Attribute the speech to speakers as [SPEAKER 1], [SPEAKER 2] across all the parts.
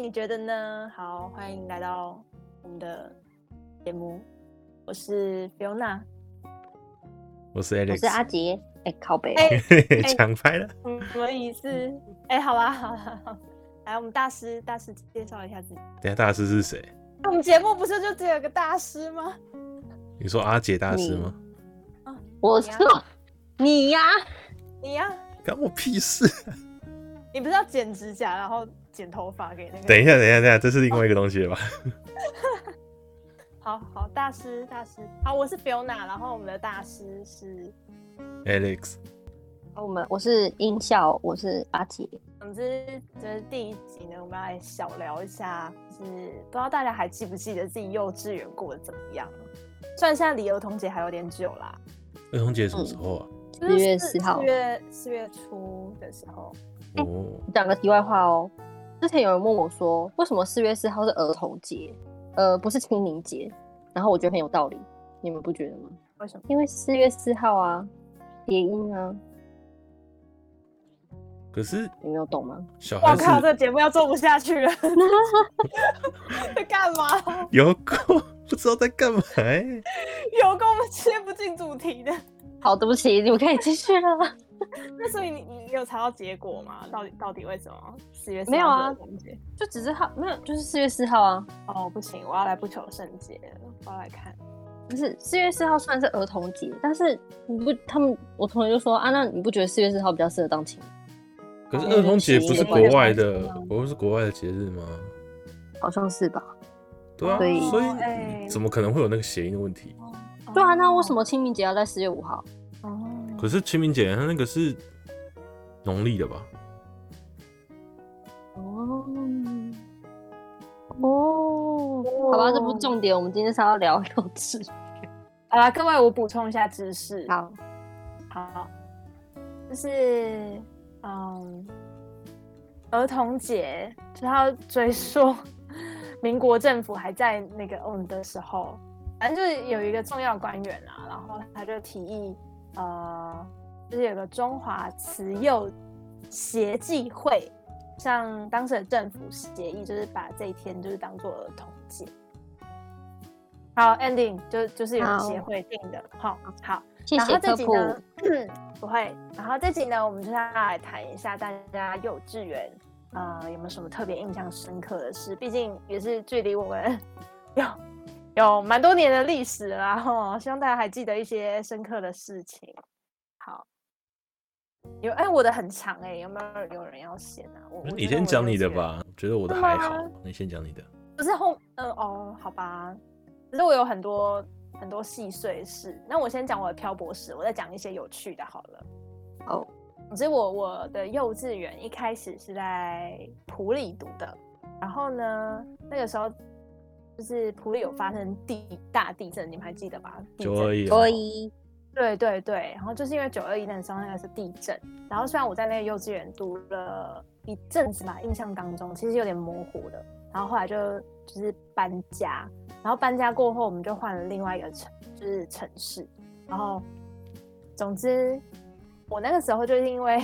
[SPEAKER 1] 你觉得呢？好，欢迎来到我们的节目，我是 Fiona。
[SPEAKER 2] 我是
[SPEAKER 3] 我
[SPEAKER 2] Alex，
[SPEAKER 3] 是阿杰，哎、靠北哦、
[SPEAKER 1] 哎、
[SPEAKER 2] 抢拍了。
[SPEAKER 1] 我们也是，哎、好啦，好啦，好啦来，我们大师，大师介绍一下自己。
[SPEAKER 2] 等一下大师是谁？
[SPEAKER 1] 我们节目不是就只有个大师吗？
[SPEAKER 2] 你说阿杰大师吗？
[SPEAKER 3] 我是你呀、
[SPEAKER 1] 你呀、
[SPEAKER 2] 关我屁事！
[SPEAKER 1] 你不是要剪指甲，然后剪头发给那个？
[SPEAKER 2] 等一下，等一下，等一下，这是另外一个东西了吧？
[SPEAKER 1] 好好，大师，大师，好，我是 Fiona，然后我们的大师是，
[SPEAKER 2] Alex，
[SPEAKER 3] 啊，我们我是音效，我是阿杰，
[SPEAKER 1] 总之就是第一集呢，我们要来小聊一下，就是不知道大家还记不记得自己幼稚园过得怎么样？啊虽然现在离儿童节还有点久啦，
[SPEAKER 2] 儿童节什么
[SPEAKER 1] 嗯
[SPEAKER 2] 时候啊？
[SPEAKER 1] 就是
[SPEAKER 3] 4月4号
[SPEAKER 1] 四月四月初的时候，
[SPEAKER 2] 哦，
[SPEAKER 1] 嗯
[SPEAKER 3] 讲个题外话哦。之前有人问我说，为什么四月四号是儿童节，呃，不是清明节？然后我觉得很有道理，你们不觉得吗？
[SPEAKER 1] 为什么？
[SPEAKER 3] 因为四月四号啊，谐音啊，
[SPEAKER 2] 可是
[SPEAKER 3] 你们有懂吗？
[SPEAKER 2] 小孩
[SPEAKER 1] 我靠，
[SPEAKER 2] 子
[SPEAKER 1] 这节目要做不下去了， 在干嘛？
[SPEAKER 2] 有够不知道在干嘛欸、
[SPEAKER 1] 有跟我们切不进主题的。
[SPEAKER 3] 好，对不起，你们可以继续了。
[SPEAKER 1] 那所以你你有查到结果吗？到底到底为什么四月4号
[SPEAKER 3] 没有啊
[SPEAKER 1] 是儿童节
[SPEAKER 3] 就只是号，没有，就是四月四号啊，
[SPEAKER 1] 哦，不行，我要来不求甚解了，我要来看。
[SPEAKER 3] 不是四月四号虽然是儿童节，但是你不，他们我同学就说啊，那你不觉得四月四号比较适合当情人？
[SPEAKER 2] 可是儿童节不是国外的
[SPEAKER 1] 哎
[SPEAKER 3] 哦，
[SPEAKER 2] 不是国外的节日吗？
[SPEAKER 3] 好像是吧？
[SPEAKER 2] 对啊，
[SPEAKER 3] 所以
[SPEAKER 2] 所
[SPEAKER 1] 哎
[SPEAKER 2] 以怎么可能会有那个谐音的问题？
[SPEAKER 3] 对啊，那为什么清明节要在四月五号？
[SPEAKER 1] 哦？
[SPEAKER 2] 可是清明节它那个是农历的吧？
[SPEAKER 3] 哦，哦，好吧，这不是重点，我们今天是要聊幼稚。
[SPEAKER 1] 好啦，各位，我补充一下知识。
[SPEAKER 3] 好，
[SPEAKER 1] 好，就是嗯，儿童节就要追溯 民国政府还在那个嗯的时候，反正就是有一个重要官员啊，然后他就提议，呃，就是有个中华慈幼协济会，向当时的政府协议，就是把这一天就是当做儿童节。好，ending 就就是有
[SPEAKER 3] 好
[SPEAKER 1] 协会定的，好好。
[SPEAKER 3] 谢
[SPEAKER 1] 然后
[SPEAKER 3] 谢
[SPEAKER 1] 这
[SPEAKER 3] 科
[SPEAKER 1] 集
[SPEAKER 3] 普。
[SPEAKER 1] 呢， 不会。然后这集呢，我们就要来谈一下大家幼稚园呃有没有什么特别印象深刻的事？毕竟也是距离我们 有有蛮多年的历史了啦吼，希望大家还记得一些深刻的事情。好，有哎、我的很长哎、有没有有人要先啊？我我
[SPEAKER 2] 你
[SPEAKER 1] 觉得
[SPEAKER 2] 先
[SPEAKER 1] 我
[SPEAKER 2] 讲
[SPEAKER 1] 幼
[SPEAKER 2] 你的
[SPEAKER 1] 稚园
[SPEAKER 2] 吧，我觉得我的
[SPEAKER 1] 是
[SPEAKER 2] 还
[SPEAKER 1] 吗
[SPEAKER 2] 好，你先讲你的。
[SPEAKER 1] 不是后，嗯、哦，好吧。可是我有很多很多细碎事，那我先讲我的漂泊史，我再讲一些有趣的好了。
[SPEAKER 3] 哦，
[SPEAKER 1] 其实我我的幼稚园一开始是在普里读的，然后呢，那个时候就是普里有发生地大地震，你们还记得吧？地
[SPEAKER 2] 九
[SPEAKER 1] 震
[SPEAKER 2] 二一，
[SPEAKER 3] 所以
[SPEAKER 1] 对对对，然后就是因为九二一那时候那个是地震，然后虽然我在那个幼稚园读了一阵子吧，印象当中其实有点模糊的，然后后来就就是搬家，然后搬家过后我们就换了另外一个城，就是城市，然后总之我那个时候就是因为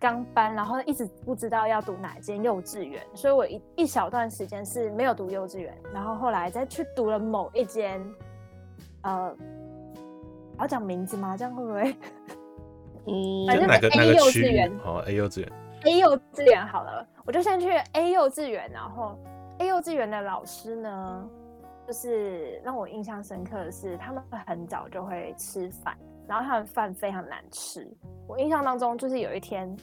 [SPEAKER 1] 刚搬，然后一直不知道要读哪间幼稚园，所以我一一小段时间是没有读幼稚园，然后后来再去读了某一间，呃，我要讲名字吗？这样会不会
[SPEAKER 3] 嗯，
[SPEAKER 1] 反
[SPEAKER 2] 就
[SPEAKER 1] 正
[SPEAKER 2] 哪个
[SPEAKER 1] A
[SPEAKER 2] 哪个
[SPEAKER 1] 幼稚
[SPEAKER 2] 区域
[SPEAKER 1] 园？
[SPEAKER 2] 好，A 幼稚园。
[SPEAKER 1] A 幼稚园好了？我就先去 A 幼稚园，然后 A 幼稚园的老师呢，就是让我印象深刻的是，他们很早就会吃饭，然后他们饭非常难吃。我印象当中就是有一天，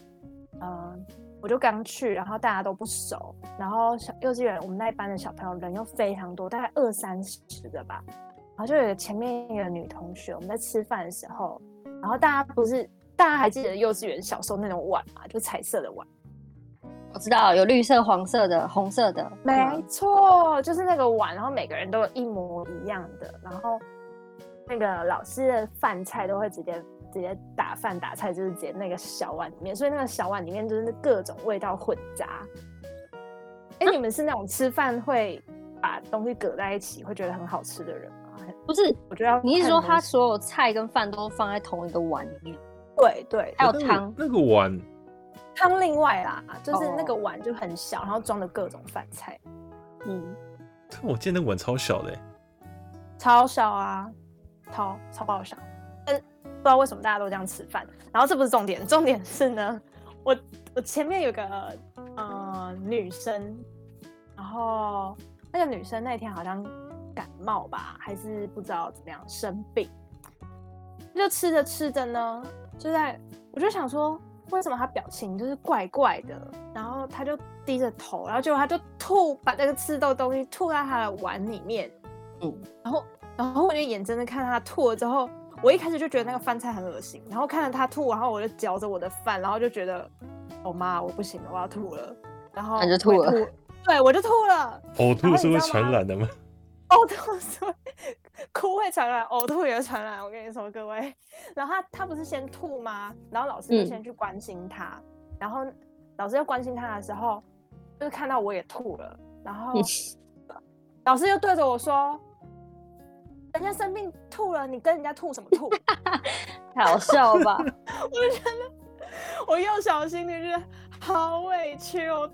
[SPEAKER 1] 嗯、我就刚去，然后大家都不熟，然后小幼稚园我们那一班的小朋友人又非常多，大概二三十个吧。然后就有前面一个女同学，我们在吃饭的时候，然后大家不是大家还记得幼稚园小时候那种碗嘛，就彩色的碗。
[SPEAKER 3] 我知道有绿色、黄色的、红色的，嗯是吗
[SPEAKER 1] 没错，嗯就是那个碗，然后每个人都有一模一样的，然后那个老师的饭菜都会直接直接打饭打菜，就是直接那个小碗里面，所以那个小碗里面就是各种味道混杂。
[SPEAKER 3] 啊
[SPEAKER 1] 哎、你们是那种吃饭会把东西搁在一起，会觉得很好吃的人吗？
[SPEAKER 3] 不是？
[SPEAKER 1] 我觉得要
[SPEAKER 3] 你是
[SPEAKER 1] 看
[SPEAKER 3] 说
[SPEAKER 1] 东
[SPEAKER 3] 他
[SPEAKER 1] 西
[SPEAKER 3] 所有菜跟饭都放在同一个碗里面，
[SPEAKER 1] 对对
[SPEAKER 3] 还有
[SPEAKER 2] 哎那个
[SPEAKER 3] 汤？
[SPEAKER 2] 那个碗
[SPEAKER 1] 汤另外啦，就是那个
[SPEAKER 3] 哦
[SPEAKER 1] 碗就很小，然后装的各种饭菜，
[SPEAKER 3] 嗯，
[SPEAKER 2] 但我记得那个碗超小的欸，
[SPEAKER 1] 超小啊，超超爆小。但不知道为什么大家都这样吃饭。然后这不是重点，重点是呢，我我前面有个呃女生，然后那个女生那天好像感冒吧，还是不知道怎么样生病，就吃着吃着呢，就在我就想说，为什么她表情就是怪怪的？然后她就低着头，然后结果她就吐，把那个吃到的东西吐在她的碗里面。
[SPEAKER 3] 嗯，
[SPEAKER 1] 然后然后我就眼睁睁看她吐了之后，我一开始就觉得那个饭菜很恶心，然后看着她吐，然后我就嚼着我的饭，然后就觉得，哦妈，我不行了，我要吐了。然后
[SPEAKER 3] 那你就吐
[SPEAKER 1] 我也
[SPEAKER 3] 了
[SPEAKER 1] 对我就吐了。
[SPEAKER 2] 呕
[SPEAKER 1] 然
[SPEAKER 2] 哦吐
[SPEAKER 1] 后
[SPEAKER 2] 是
[SPEAKER 1] 你
[SPEAKER 2] 会
[SPEAKER 1] 知道
[SPEAKER 2] 传
[SPEAKER 1] 吗
[SPEAKER 2] 染的吗？
[SPEAKER 1] 呕吐是会哭会传染，呕吐也会传染。我跟你说，各位，然后他他不是先吐吗？然后老师就
[SPEAKER 3] 嗯
[SPEAKER 1] 先去关心他，然后老师要关心他的时候，就是看到我也吐了，然后
[SPEAKER 3] 嗯
[SPEAKER 1] 老师就对着我说：“人家生病吐了，你跟人家吐什么吐？”
[SPEAKER 3] 太好笑了 吧？
[SPEAKER 1] 我就觉得我幼小心里就是好委屈，我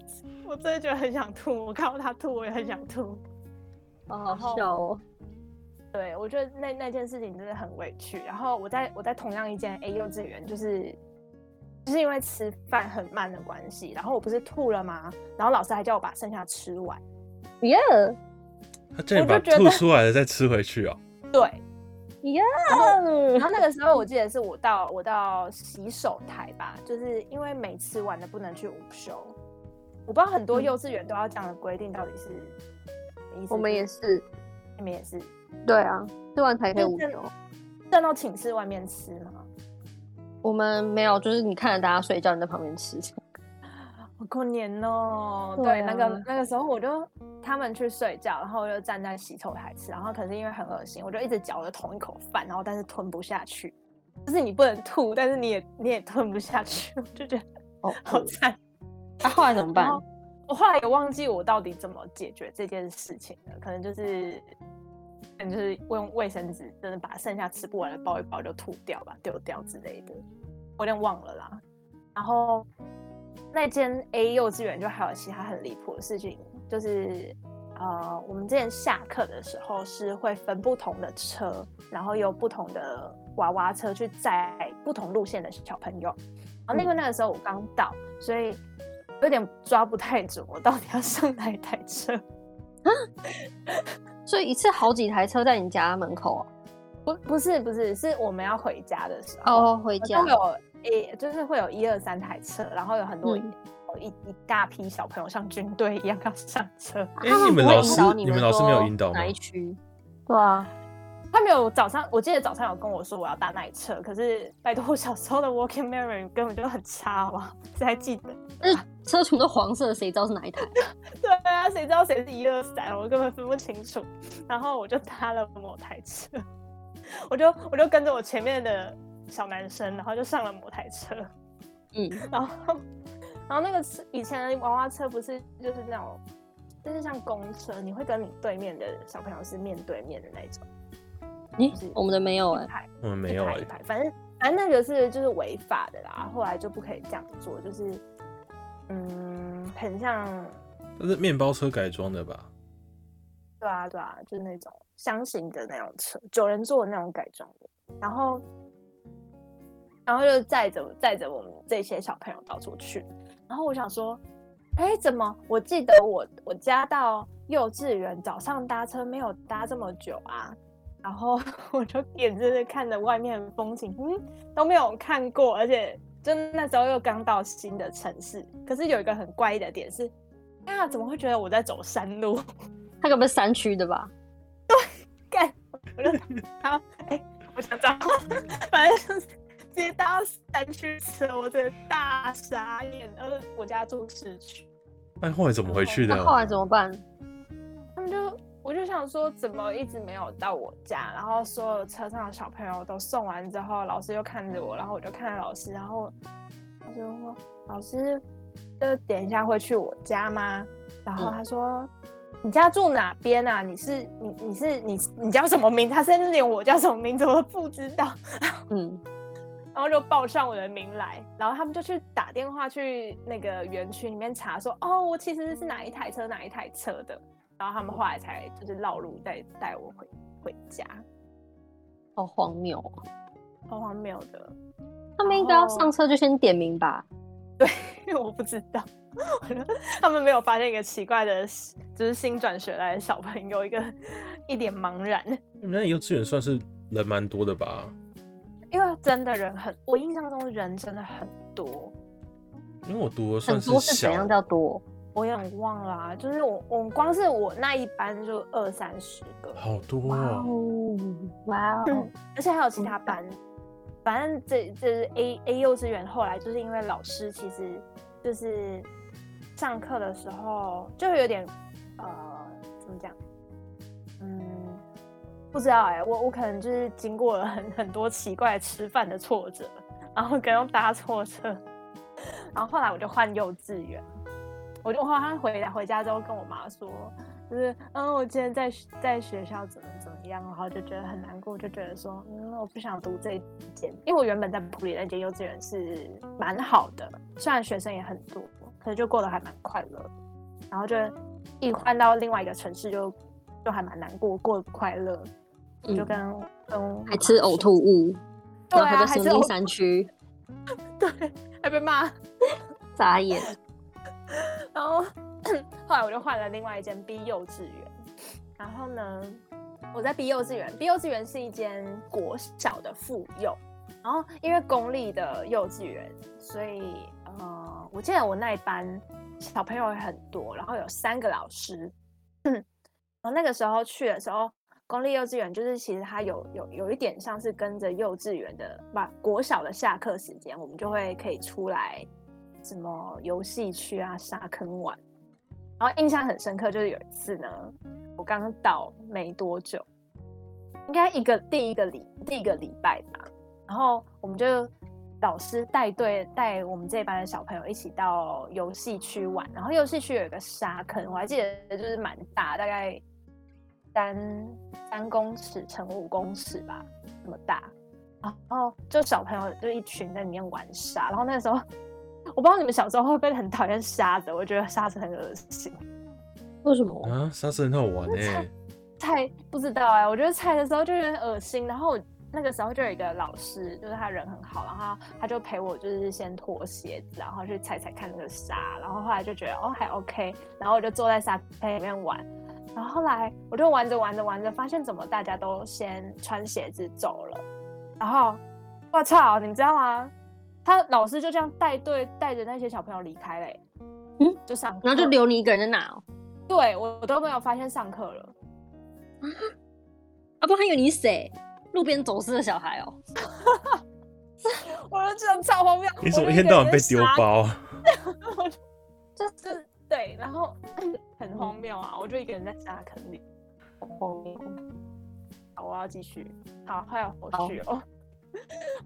[SPEAKER 1] 我真的觉得很想吐，我看到他吐我也很想吐。
[SPEAKER 3] 好好笑哦。
[SPEAKER 1] 对，我觉得那那件事情真的很委屈。然后我在我在同样一间 A 幼稚园，就是就是因为吃饭很慢的关系，然后我不是吐了吗？然后老师还叫我把剩下吃完。
[SPEAKER 3] 耶
[SPEAKER 2] 他叫你
[SPEAKER 1] 我
[SPEAKER 2] 把
[SPEAKER 1] 就觉
[SPEAKER 2] 吐
[SPEAKER 1] 得
[SPEAKER 2] 出来了再吃回去哦。
[SPEAKER 1] 对，
[SPEAKER 3] 耶！
[SPEAKER 1] 然后那个时候我记得是我到我到洗手台吧，就是因为没吃完的不能去午休。我不知道很多
[SPEAKER 3] 嗯
[SPEAKER 1] 幼稚园都要这样的规定，到底是什么意思？
[SPEAKER 3] 我们也
[SPEAKER 1] 是，
[SPEAKER 3] 是，
[SPEAKER 1] 你们也是，
[SPEAKER 3] 对啊，吃完才可以哦午
[SPEAKER 1] 真
[SPEAKER 3] 休。
[SPEAKER 1] 站到寝室外面吃吗？
[SPEAKER 3] 我们没有，就是你看着大家睡觉，你在旁边吃。
[SPEAKER 1] 好过年哦，
[SPEAKER 3] 对
[SPEAKER 1] 对，那个
[SPEAKER 3] 啊
[SPEAKER 1] 那个时候我就他们去睡觉，然后我就站在洗手台吃，然后可是因为很恶心，我就一直嚼着同一口饭，然后但是吞不下去，就是你不能吐，但是你也你也吞不下去，我就觉得
[SPEAKER 3] 哦，
[SPEAKER 1] 好惨。
[SPEAKER 3] 那、后来怎么办
[SPEAKER 1] 然？后我后来也忘记我到底怎么解决这件事情了，可能就是可能就是用卫生纸真的把剩下吃不完的包一包就吐掉吧，丢掉之类的，我有点忘了啦。然后那间 A 幼稚园就还有其他很离谱的事情，就是呃，我们之前下课的时候是会分不同的车，然后有不同的娃娃车去载不同路线的小朋友。然
[SPEAKER 3] 嗯
[SPEAKER 1] 后因为那个时候我刚到，所以有点抓不太准我到底要上哪一台车。
[SPEAKER 3] 所以一次好几台车在你家门口
[SPEAKER 1] 不，不是，不是，是我们要回家的时
[SPEAKER 3] 啊、
[SPEAKER 1] 候，
[SPEAKER 3] 哦，回家
[SPEAKER 1] 就会有诶，就是会有一二三台车，然后有很多一、
[SPEAKER 3] 嗯
[SPEAKER 1] 一一大批小朋友像军队一样要上 车。
[SPEAKER 2] 哎、
[SPEAKER 3] 他
[SPEAKER 2] 你
[SPEAKER 3] 不
[SPEAKER 2] 们
[SPEAKER 3] 会
[SPEAKER 2] 老
[SPEAKER 3] 引
[SPEAKER 2] 师
[SPEAKER 3] 导，
[SPEAKER 2] 你
[SPEAKER 3] 们
[SPEAKER 2] 们老师没有
[SPEAKER 3] 说
[SPEAKER 2] 引导吗
[SPEAKER 3] 哪？一区？对啊，
[SPEAKER 1] 他没有早上，我记得早上有跟我说我要搭那一车，可是拜托，我小时候的 walking memory 根本就很差，好不 好？谁还记得？
[SPEAKER 3] 但是车全部都黄色，谁知道是哪一台？
[SPEAKER 1] 对啊，谁知道谁是一二三，我根本分不清楚。然后我就搭了某台车， 我就我就跟着我前面的小男生，然后就上了某台车，
[SPEAKER 3] 嗯，
[SPEAKER 1] 然后然后那个车以前的娃娃车不是就是那种，就是像公车，你会跟你对面的小朋友是面对面的那种，
[SPEAKER 3] 咦，我们的没有哎、
[SPEAKER 1] 一排
[SPEAKER 2] 我们没
[SPEAKER 1] 一
[SPEAKER 2] 有
[SPEAKER 1] 排
[SPEAKER 2] 哎、
[SPEAKER 1] 一排，反正反正那个是就是违法的啦，后来就不可以这样做，就是嗯，很像
[SPEAKER 2] 它是面包车改装的吧？
[SPEAKER 1] 对啊，对啊，就是那种箱型的那种车，九人座的那种改装的。然后，然后就载着载着我们这些小朋友到处去。然后我想说，哎，怎么我记得我我家到幼稚园早上搭车没有搭这么久啊？然后 我就眼睁睁看着外面的风景，嗯，都没有看过，而且就那时候又刚到新的城市。可是有一个很怪异的点是，啊，怎么会觉得我在走山路？
[SPEAKER 3] 它可不是山区的吧？
[SPEAKER 1] 干，我就他哎、 我想找，反正就是直接搭到山区吃，我真的大傻眼。呃，我家住市区，
[SPEAKER 2] 那、后来怎么回去的啊
[SPEAKER 3] 那？后来怎么办？
[SPEAKER 1] 他们就我就想说，怎么一直没有到我家？然后所有车上的小朋友都送完之后，老师就看着我，然后我就看着老师，然后他就说：“老师，就等一下会去我家吗？”然后
[SPEAKER 3] 嗯
[SPEAKER 1] 他说。你家住哪边啊？你是你你是你你叫什么名字？他甚至连我叫什么名字我都不知道。
[SPEAKER 3] 嗯，
[SPEAKER 1] 然后就报上我的名来，然后他们就去打电话去那个园区里面查说，哦，我其实是哪一台车哪一台车的，然后他们后来才就是绕路带带我回回家，
[SPEAKER 3] 好荒谬哦！
[SPEAKER 1] 好荒谬的，
[SPEAKER 3] 他们应该要
[SPEAKER 1] 然后
[SPEAKER 3] 上车就先点名吧？
[SPEAKER 1] 因为 我不知道，他们没有发现一个奇怪的，就是新转学来的小朋友一个一脸茫然，
[SPEAKER 2] 你们那幼稚园算是人蛮多的吧？
[SPEAKER 1] 因为真的人很，我印象中人真的很多，
[SPEAKER 2] 因为我读的
[SPEAKER 3] 很
[SPEAKER 2] 算
[SPEAKER 3] 多是怎
[SPEAKER 2] 小，
[SPEAKER 3] 样叫多？
[SPEAKER 1] 我有点忘了啊、就是我我光是我那一班就二三十个，
[SPEAKER 2] 好多
[SPEAKER 3] 哇
[SPEAKER 2] 哦。
[SPEAKER 3] 哦，哇哦！
[SPEAKER 1] 而且还有其他班。反正这这是 A A 幼稚园，后来就是因为老师其实就是上课的时候就有点呃怎么讲，嗯，不知道哎、我我可能就是经过了很很多奇怪吃饭的挫折，然后跟又搭错车，然后后来我就换幼稚园，我就我好像回来回家之后跟我妈说，就是嗯，我今天在学在学校怎么怎么样，然后就觉得很难过，就觉得说，嗯，我不想读这一间，因为我原本在普里那间幼稚园是蛮好的，虽然学生也很多，可是就过得还蛮快乐的。然后就一换到另外一个城市就，就还蛮难过，过得不快乐，
[SPEAKER 3] 嗯
[SPEAKER 1] 就跟跟
[SPEAKER 3] 还吃呕，吐物，
[SPEAKER 1] 对
[SPEAKER 3] 然
[SPEAKER 1] 啊，
[SPEAKER 3] 后
[SPEAKER 1] 还
[SPEAKER 3] 还在
[SPEAKER 1] 是
[SPEAKER 3] 神
[SPEAKER 1] 呕
[SPEAKER 3] 秘山区，
[SPEAKER 1] 对，还哎被骂。
[SPEAKER 3] 眨眼。
[SPEAKER 1] 然后 后来我就换了另外一间 B 幼稚园，然后呢，我在 B 幼稚园，B 幼稚园是一间国小的妇幼，然后因为公立的幼稚园，所以呃，我记得我那一班小朋友也很多，然后有三个老师，然后那个时候去的时候。公立幼稚园就是，其实它有有有一点像是跟着幼稚园的不国小的下课时间，我们就会可以出来什么游戏区啊、沙坑玩。然后印象很深刻，就是有一次呢，我刚到没多久，应该一个第一个礼第一个礼拜吧，然后我们就老师带队带我们这一班的小朋友一起到游戏区玩，然后游戏区有一个沙坑，我还记得就是蛮大，大概三三公尺乘五公尺吧，那么大。然后就小朋友就一群在里面玩沙，然后那时候我不知道你们小时候会不会很讨厌沙子，我觉得沙子很恶心。
[SPEAKER 3] 为什
[SPEAKER 1] 哦
[SPEAKER 3] 么？
[SPEAKER 2] 啊，沙子很好玩哎、
[SPEAKER 1] 踩不知道哎、我觉得踩的时候就有点恶心。然后我那个时候就有一个老师，就是他人很好，然后他就陪我就是先脱鞋子，然后去踩踩看那个沙，然后后来就觉得哦还 OK，然后我就坐在沙坑里面玩。然后后来我就玩着玩着玩着，发现怎么大家都先穿鞋子走了，然后我操，你们知道吗？他老师就这样带队带着那些小朋友离开嘞、
[SPEAKER 3] 嗯，
[SPEAKER 1] 就上课，
[SPEAKER 3] 然后就留你一个人在那哦。
[SPEAKER 1] 对我我都没有发现上课了。
[SPEAKER 3] 啊，不然他以为你是谁？路边走失的小孩哦。
[SPEAKER 1] 我就觉得超荒谬。
[SPEAKER 2] 你怎么
[SPEAKER 1] 我
[SPEAKER 2] 一
[SPEAKER 1] 就
[SPEAKER 2] 天到晚被
[SPEAKER 1] 觉
[SPEAKER 2] 丢
[SPEAKER 1] 得傻？
[SPEAKER 2] 包？啊
[SPEAKER 1] 就是对，然后 很荒谬啊！我就一个人在沙坑里。
[SPEAKER 3] 荒谬。
[SPEAKER 1] 好，我要继续。好，还有后 续哦。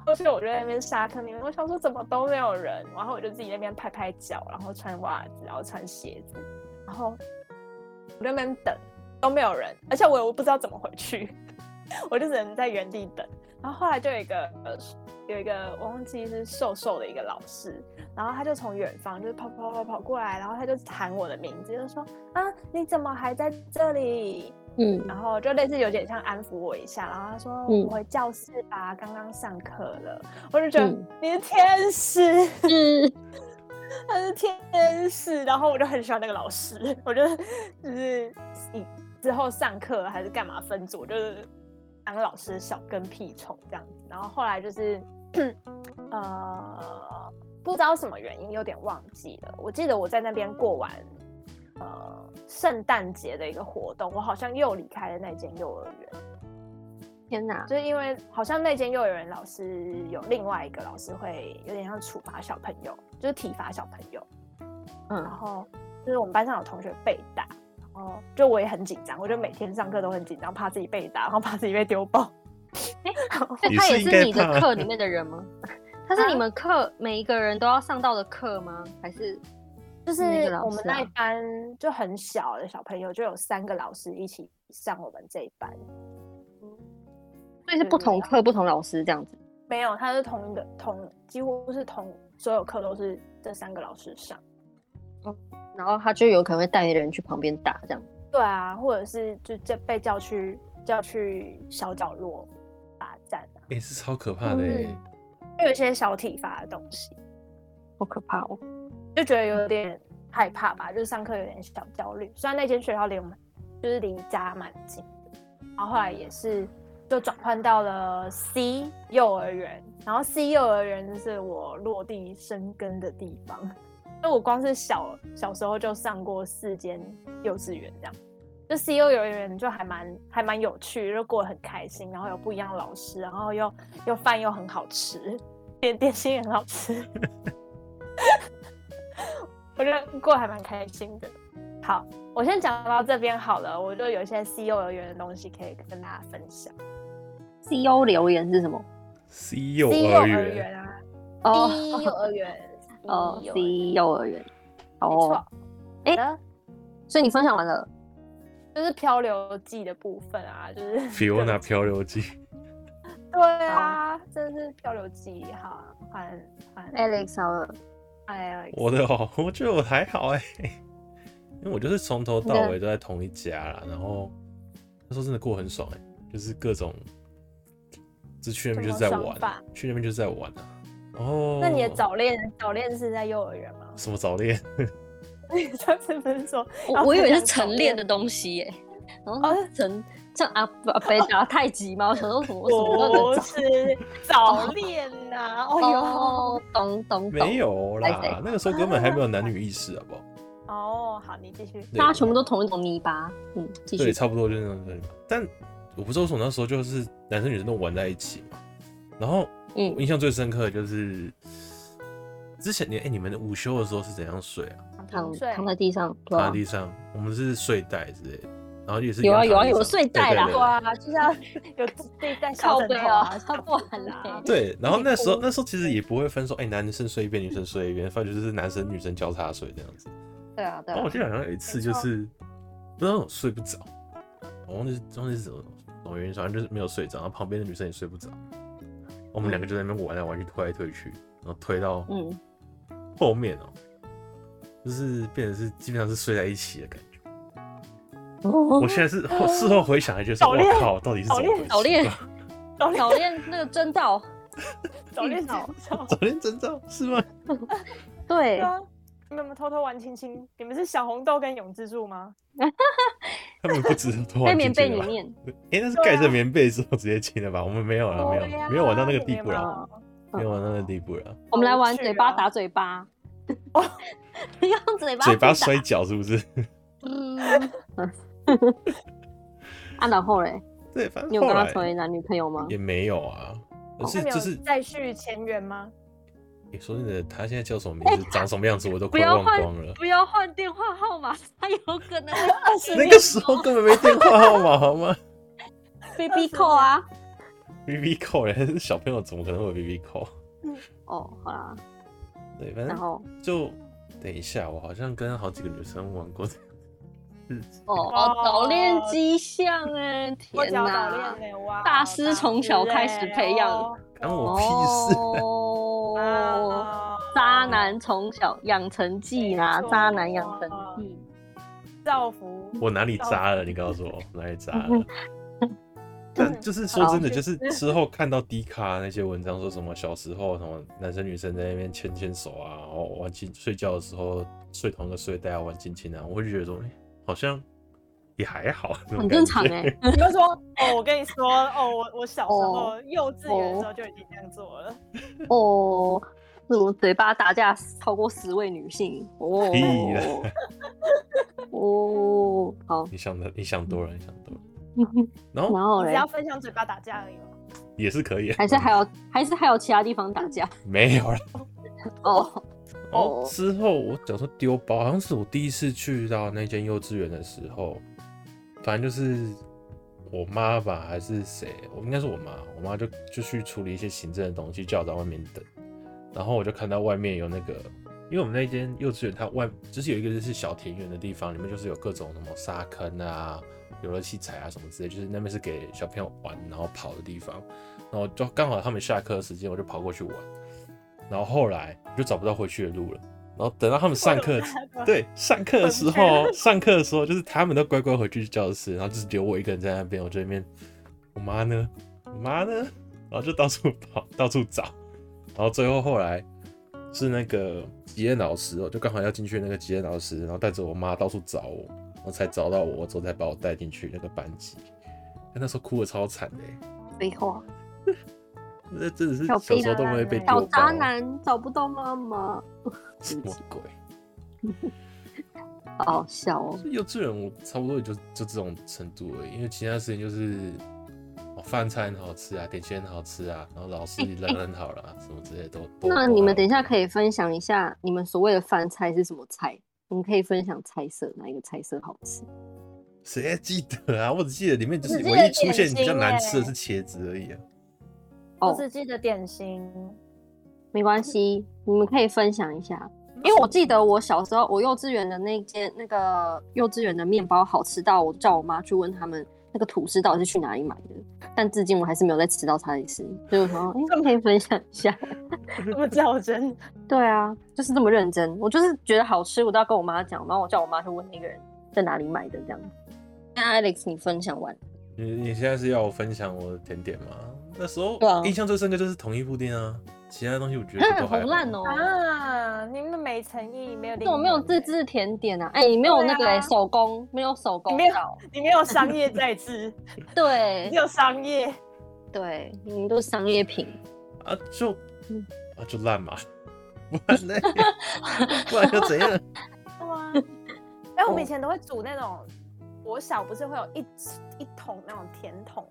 [SPEAKER 1] 后续我就在那边沙坑里面，我想说怎么都没有人，然后我就自己在那边拍拍脚，然后穿袜子，然后穿鞋子，然后我在那边等，都没有人，而且我也不知道怎么回去， 我就只能在原地等。然后后来就有一个呃有一个我忘记是瘦瘦的一个老师，然后他就从远方就是跑跑跑跑过来，然后他就喊我的名字，就说啊你怎么还在这里？
[SPEAKER 3] 嗯，
[SPEAKER 1] 然后就类似有点像安抚我一下，然后他说、
[SPEAKER 3] 嗯
[SPEAKER 1] 我回教室吧，刚刚上课了。我就觉得、
[SPEAKER 3] 嗯
[SPEAKER 1] 你是天使，
[SPEAKER 3] 是
[SPEAKER 1] 他是天使，然后我就很喜欢那个老师，我就就是以之后上课还是干嘛分组，就是当老师的小跟屁虫这样子。然后后来就是，呃，不知道什么原因，有点忘记了。我记得我在那边过完呃圣诞节的一个活动，我好像又离开了那间幼儿园。
[SPEAKER 3] 天哪！
[SPEAKER 1] 就是因为好像那间幼儿园老师有另外一个老师会有点像处罚小朋友，就是体罚小朋友。然
[SPEAKER 3] 嗯，
[SPEAKER 1] 后就是我们班上有同学被打，然后就我也很紧张，我就每天上课都很紧张，怕自己被打，然后怕自己被丢包。
[SPEAKER 3] 所 以
[SPEAKER 2] 也
[SPEAKER 3] 他
[SPEAKER 2] 是
[SPEAKER 3] 也
[SPEAKER 2] 应该
[SPEAKER 3] 是你的
[SPEAKER 2] 怕
[SPEAKER 3] 课里面的 人吗？他是
[SPEAKER 1] 啊
[SPEAKER 3] 你们课每一个人都要上到的课吗？还是
[SPEAKER 1] 就是
[SPEAKER 3] 那个老
[SPEAKER 1] 我们
[SPEAKER 3] 师
[SPEAKER 1] 那一
[SPEAKER 3] 啊
[SPEAKER 1] 班就很小的小朋友，就有三个老师一起上我们这一班，
[SPEAKER 3] 所以是不同课不同老师这样子？
[SPEAKER 1] 没有，他是同一个同，几乎是同所有课都是这三个老师上。
[SPEAKER 3] 然后他就有可能会带人去旁边打这样。
[SPEAKER 1] 对啊，或者是就这被叫去叫去小角落罚站啊，
[SPEAKER 2] 哎、是超可怕的哎、
[SPEAKER 3] 嗯
[SPEAKER 1] 因为有一些小体罚的东西，
[SPEAKER 3] 好可怕哦！
[SPEAKER 1] 就觉得有点害怕吧，就是上课有点小焦虑。虽然那间学校离我们就是离家蛮近的，然后后来也是就转换到了 C 幼儿园，然后 C 幼儿园就是我落地生根的地方，因为我光是小小时候就上过四间幼稚园这样。就 C U 幼儿园就还蛮还蛮有趣，就过得很开心，然后有不一样的老师，然后又又饭又很好吃，点点心也很好吃，我觉得过得还蛮开心的。好，我先讲到这边好了，我就有一些 C 幼儿园的东西可以跟大家分享。
[SPEAKER 3] C E O 留言是什么？
[SPEAKER 2] C 幼
[SPEAKER 1] C 幼
[SPEAKER 2] 儿园，
[SPEAKER 1] 园啊
[SPEAKER 3] 哦
[SPEAKER 1] ，C 幼儿园，
[SPEAKER 3] 哦
[SPEAKER 1] C 幼儿园
[SPEAKER 3] ，C 幼儿园。
[SPEAKER 1] 没错
[SPEAKER 3] 哦，。
[SPEAKER 1] 哎、
[SPEAKER 3] 诶所以你分享完了，
[SPEAKER 1] 就是漂流记的部分啊，就是
[SPEAKER 2] Fiona 漂流记，
[SPEAKER 1] 对啊，真的是漂流记哈，还还
[SPEAKER 3] Alex 好了，
[SPEAKER 1] 哎呀，
[SPEAKER 2] 我的哦，我觉得我还好哎、 因为我就是从头到尾都在同一家啦，然后那时候真的过得很爽哎、就是各种，就去那边就是在
[SPEAKER 1] 怎么
[SPEAKER 2] 玩啊
[SPEAKER 1] 爽法，
[SPEAKER 2] 去那边就是在玩啊。然后
[SPEAKER 1] 那你的早恋早恋是在幼儿园吗？
[SPEAKER 2] 什么早恋？
[SPEAKER 1] 你上次不是说哦
[SPEAKER 3] 我我以为是晨练的东西耶，然后是晨像阿阿北打太极吗？我想说什么什么
[SPEAKER 1] 不
[SPEAKER 3] 那个
[SPEAKER 1] 是早恋呐、哦哟
[SPEAKER 3] 哦，懂懂懂，
[SPEAKER 2] 没有
[SPEAKER 3] 哎哎
[SPEAKER 2] 啦，那个时候根本还没有男女意识，好不好？
[SPEAKER 1] 哦，好，你继续。
[SPEAKER 2] 对
[SPEAKER 3] 大家全部都同一种泥巴，嗯，继
[SPEAKER 2] 对，
[SPEAKER 3] 续，
[SPEAKER 2] 差不多就是那种东西。但我不知道为什么那时候就是男生女生都玩在一起嘛。然后
[SPEAKER 3] 嗯
[SPEAKER 2] 我，印象最深刻的就是之前你哎、你们的午休的时候是怎样睡啊？
[SPEAKER 3] 躺
[SPEAKER 1] 睡
[SPEAKER 3] 躺在地上，对
[SPEAKER 2] 躺在
[SPEAKER 3] 吧？
[SPEAKER 2] 地上，我们是睡袋之类的，然后也是
[SPEAKER 3] 有啊
[SPEAKER 2] 一样躺在
[SPEAKER 3] 有啊有
[SPEAKER 2] 地上
[SPEAKER 3] 睡袋
[SPEAKER 2] 对
[SPEAKER 3] 啦
[SPEAKER 2] 对对
[SPEAKER 1] 哇，就是要有自己带小
[SPEAKER 3] 靠
[SPEAKER 1] 枕
[SPEAKER 3] 背
[SPEAKER 1] 头
[SPEAKER 3] 啊
[SPEAKER 1] 啊，，
[SPEAKER 3] 他不玩啦，
[SPEAKER 2] 对，然后那时
[SPEAKER 1] 一
[SPEAKER 2] 候
[SPEAKER 1] 起
[SPEAKER 2] 那时候其实也不会分说，哎、男生睡一边，女生睡一边，反正就是男生女生交叉睡这样子。
[SPEAKER 3] 对啊
[SPEAKER 2] 然
[SPEAKER 3] 对
[SPEAKER 2] 后
[SPEAKER 3] 啊
[SPEAKER 2] 我，记得好像有一次就是不知道我睡不着，我忘记是忘记是什么什么原因，反正就是没有睡着，然后旁边的女生也睡不着，我们两个就在那边玩来啊玩去，推来推去，然后推到
[SPEAKER 3] 嗯，
[SPEAKER 2] 后面哦、就是变成是基本上是睡在一起的感觉。我
[SPEAKER 3] 哦
[SPEAKER 2] 现在是后事后回想，还觉得说
[SPEAKER 1] 早恋
[SPEAKER 2] 我靠，到底是怎么回事？
[SPEAKER 3] 早恋
[SPEAKER 1] 早恋
[SPEAKER 3] 早恋那个真道，
[SPEAKER 1] 啊早恋
[SPEAKER 3] 早
[SPEAKER 1] 早
[SPEAKER 2] 早恋征兆是吗？
[SPEAKER 3] 对
[SPEAKER 1] 对啊，你们有没有偷偷玩亲亲？你们是小红豆跟永之助吗？
[SPEAKER 2] 他们不知道偷
[SPEAKER 3] 在
[SPEAKER 2] 玩
[SPEAKER 3] 棉
[SPEAKER 2] 进去
[SPEAKER 3] 被啊
[SPEAKER 2] 了吧
[SPEAKER 3] 里面，
[SPEAKER 2] 哎、那是盖着棉被之后直接亲的吧？我们没有呃了，没
[SPEAKER 1] 对啊
[SPEAKER 2] 有，没有玩到那个地
[SPEAKER 1] 你
[SPEAKER 2] 步
[SPEAKER 1] 们有啊
[SPEAKER 2] 了，
[SPEAKER 1] 吗
[SPEAKER 3] 啊
[SPEAKER 2] 没有玩到那个地步了。
[SPEAKER 3] 我们来玩
[SPEAKER 1] 有趣
[SPEAKER 3] 嘴巴
[SPEAKER 1] 啊
[SPEAKER 3] 打嘴 巴，用嘴巴
[SPEAKER 2] 嘴巴
[SPEAKER 3] 去打
[SPEAKER 2] 摔跤是不是？
[SPEAKER 3] 嗯， 啊，然后嘞，
[SPEAKER 2] 对，反正
[SPEAKER 3] 你有
[SPEAKER 2] 后
[SPEAKER 3] 跟他哦
[SPEAKER 2] 来
[SPEAKER 3] 成为男女朋友吗？
[SPEAKER 2] 也没有啊，而
[SPEAKER 1] 那
[SPEAKER 2] 是
[SPEAKER 1] 你们
[SPEAKER 2] 就
[SPEAKER 1] 有
[SPEAKER 2] 是
[SPEAKER 1] 再续前缘吗？
[SPEAKER 2] 你说真的，他现在叫什么名字，长什么样子，我都
[SPEAKER 3] 哎不
[SPEAKER 2] 快
[SPEAKER 3] 要
[SPEAKER 2] 忘
[SPEAKER 3] 换
[SPEAKER 2] 光了。
[SPEAKER 3] 不要换电话号码，他有可能会
[SPEAKER 1] 二十
[SPEAKER 2] 那
[SPEAKER 1] 年
[SPEAKER 2] 个时
[SPEAKER 3] 哦
[SPEAKER 2] 候根本没电话号码好吗
[SPEAKER 3] BB 扣啊。
[SPEAKER 2] ？B B 扣嘞，哎小朋友怎么可能会有 B B 扣？
[SPEAKER 3] 哦，好啦，
[SPEAKER 2] 嗯对，反
[SPEAKER 3] 然
[SPEAKER 2] 正
[SPEAKER 3] 后
[SPEAKER 2] 就等一下，我好像跟好几个女生玩过这个事情。
[SPEAKER 3] 哦
[SPEAKER 1] 哇
[SPEAKER 3] 哦，早恋迹象哎，
[SPEAKER 1] 我
[SPEAKER 3] 天
[SPEAKER 1] 讲
[SPEAKER 3] 哪！
[SPEAKER 1] 早恋的哇，哦
[SPEAKER 3] 大师从小开始培养
[SPEAKER 2] 然后我屁事，
[SPEAKER 3] 哦，
[SPEAKER 1] 啊，
[SPEAKER 3] 渣男从小养成记啦，
[SPEAKER 1] 没错啊
[SPEAKER 3] 渣男养成记。
[SPEAKER 1] 造福
[SPEAKER 2] 我哪里渣了？你告诉我哪里渣
[SPEAKER 3] 嗯
[SPEAKER 2] 了？但就是说真的，就是之后看到迪卡那些文章，说什么小时候什么男生女生在那边牵牵手啊，然后玩亲睡觉的时候睡同一个睡袋啊，玩亲亲啊，我会觉得说，哎、好像也还好，
[SPEAKER 3] 很正常哎、
[SPEAKER 2] 哎、
[SPEAKER 1] 你就说哦，我跟你说哦，我我小时候幼稚园的时候就已经这样做了，
[SPEAKER 3] 哦，什么嘴巴打架超过十位女性？哦
[SPEAKER 2] 屁，
[SPEAKER 3] 哦，好，
[SPEAKER 2] 你想的，你想多了，你想多了。然后
[SPEAKER 3] 嗯然后
[SPEAKER 1] 你
[SPEAKER 3] 嘞
[SPEAKER 1] 只，要分享嘴巴打架而已嘛。
[SPEAKER 2] 也是可以，
[SPEAKER 3] 还是还有还是还有其他地方打架
[SPEAKER 2] 没有了。
[SPEAKER 3] 哦，
[SPEAKER 2] 然后之后我想说丢包，好像是我第一次去到那间幼稚园的时候，反正就是我妈吧，还是谁，我应该是我妈，我妈就就去处理一些行政的东西，叫我在外面等。然后我就看到外面有那个因为我们那间幼稚园它外就是有一个就是小田园的地方，里面就是有各种什么沙坑啊、游乐器材啊什么之类，就是那边是给小朋友玩然后跑的地方。然后就刚好他们下课的时间，我就跑过去玩。然后后来我就找不到回去的路了。然后等到他们上课， 对，上课的时候，上课的时候就是他们都乖乖回去教室，然后就是留我一个人在那边。我在那边，我妈呢？我妈呢？然后就到处跑，到处找。然后最后后来是那个吉恩老师哦，就刚好要进去那个吉恩老师，然后带着我妈到处找我，然后才找到我，之后才把我带进去那个班级。但那时候哭的超惨的、欸，
[SPEAKER 1] 废话，
[SPEAKER 2] 那真的是小时候都没有被丢
[SPEAKER 3] 找
[SPEAKER 2] 包
[SPEAKER 3] 啊
[SPEAKER 2] 啊
[SPEAKER 3] 渣男找不到妈妈，
[SPEAKER 2] 什么鬼？
[SPEAKER 3] 好好笑哦。
[SPEAKER 2] 幼稚园我差不多也就就这种程度而已，因为其他事情就是，哦，饭菜很好吃啊，点心很好吃啊，然后老师人很好啦、什么之类的都都。
[SPEAKER 3] 哎
[SPEAKER 2] 啊
[SPEAKER 3] 那你们等一下
[SPEAKER 2] 以。
[SPEAKER 3] 可以分享一下你们所谓的饭菜是什么菜？你们可以分享菜色，哪一个菜色好吃？
[SPEAKER 2] 谁还记得啊？我只记得里面就是
[SPEAKER 1] 只记得
[SPEAKER 2] 唯一出现
[SPEAKER 1] 点心
[SPEAKER 2] 比较难吃的是茄子而已啊。
[SPEAKER 1] 我
[SPEAKER 3] 哦，
[SPEAKER 1] 只记得点心，
[SPEAKER 3] 没关系，你们可以分享一下。因为我记得我小时候，我幼稚园的那间那个幼稚园的面包好吃到我叫我妈去问他们那个吐司到底是去哪里买的，但至今我还是没有再吃到它一次。所以我想说，哎、你可以分享一下。
[SPEAKER 1] 这么较真，
[SPEAKER 3] 对啊，就是这么认真。我就是觉得好吃，我都要跟我妈讲，然后我叫我妈去问那个人在哪里买的这样。那 Alex，你分享完，
[SPEAKER 2] 你你现在是要我分享我的甜点吗？那时候
[SPEAKER 3] 对啊
[SPEAKER 2] 印象最深刻就是统一布丁啊，其他东西我觉得
[SPEAKER 3] 嗯，
[SPEAKER 2] 都
[SPEAKER 3] 好
[SPEAKER 2] 还
[SPEAKER 3] 烂哦、
[SPEAKER 1] 啊！你们没诚意，没有
[SPEAKER 3] 这
[SPEAKER 1] 灵
[SPEAKER 3] 种没有
[SPEAKER 1] 魂
[SPEAKER 3] 自制甜点啊！哎、你没有那个、
[SPEAKER 1] 对
[SPEAKER 3] 哎
[SPEAKER 1] 啊
[SPEAKER 3] 手工，没有手工
[SPEAKER 1] 没有
[SPEAKER 3] 皂，
[SPEAKER 1] 你没有商业在吃，
[SPEAKER 3] 对
[SPEAKER 1] 你有商业，
[SPEAKER 3] 对，你们都是商业品。
[SPEAKER 2] 啊，就
[SPEAKER 3] 嗯
[SPEAKER 2] 啊就烂嘛， 不然呢？ 不然又怎样？
[SPEAKER 1] 对 啊。哎，
[SPEAKER 3] 哦
[SPEAKER 1] 我们以前都会煮那种，我小不是会有一一桶那种甜筒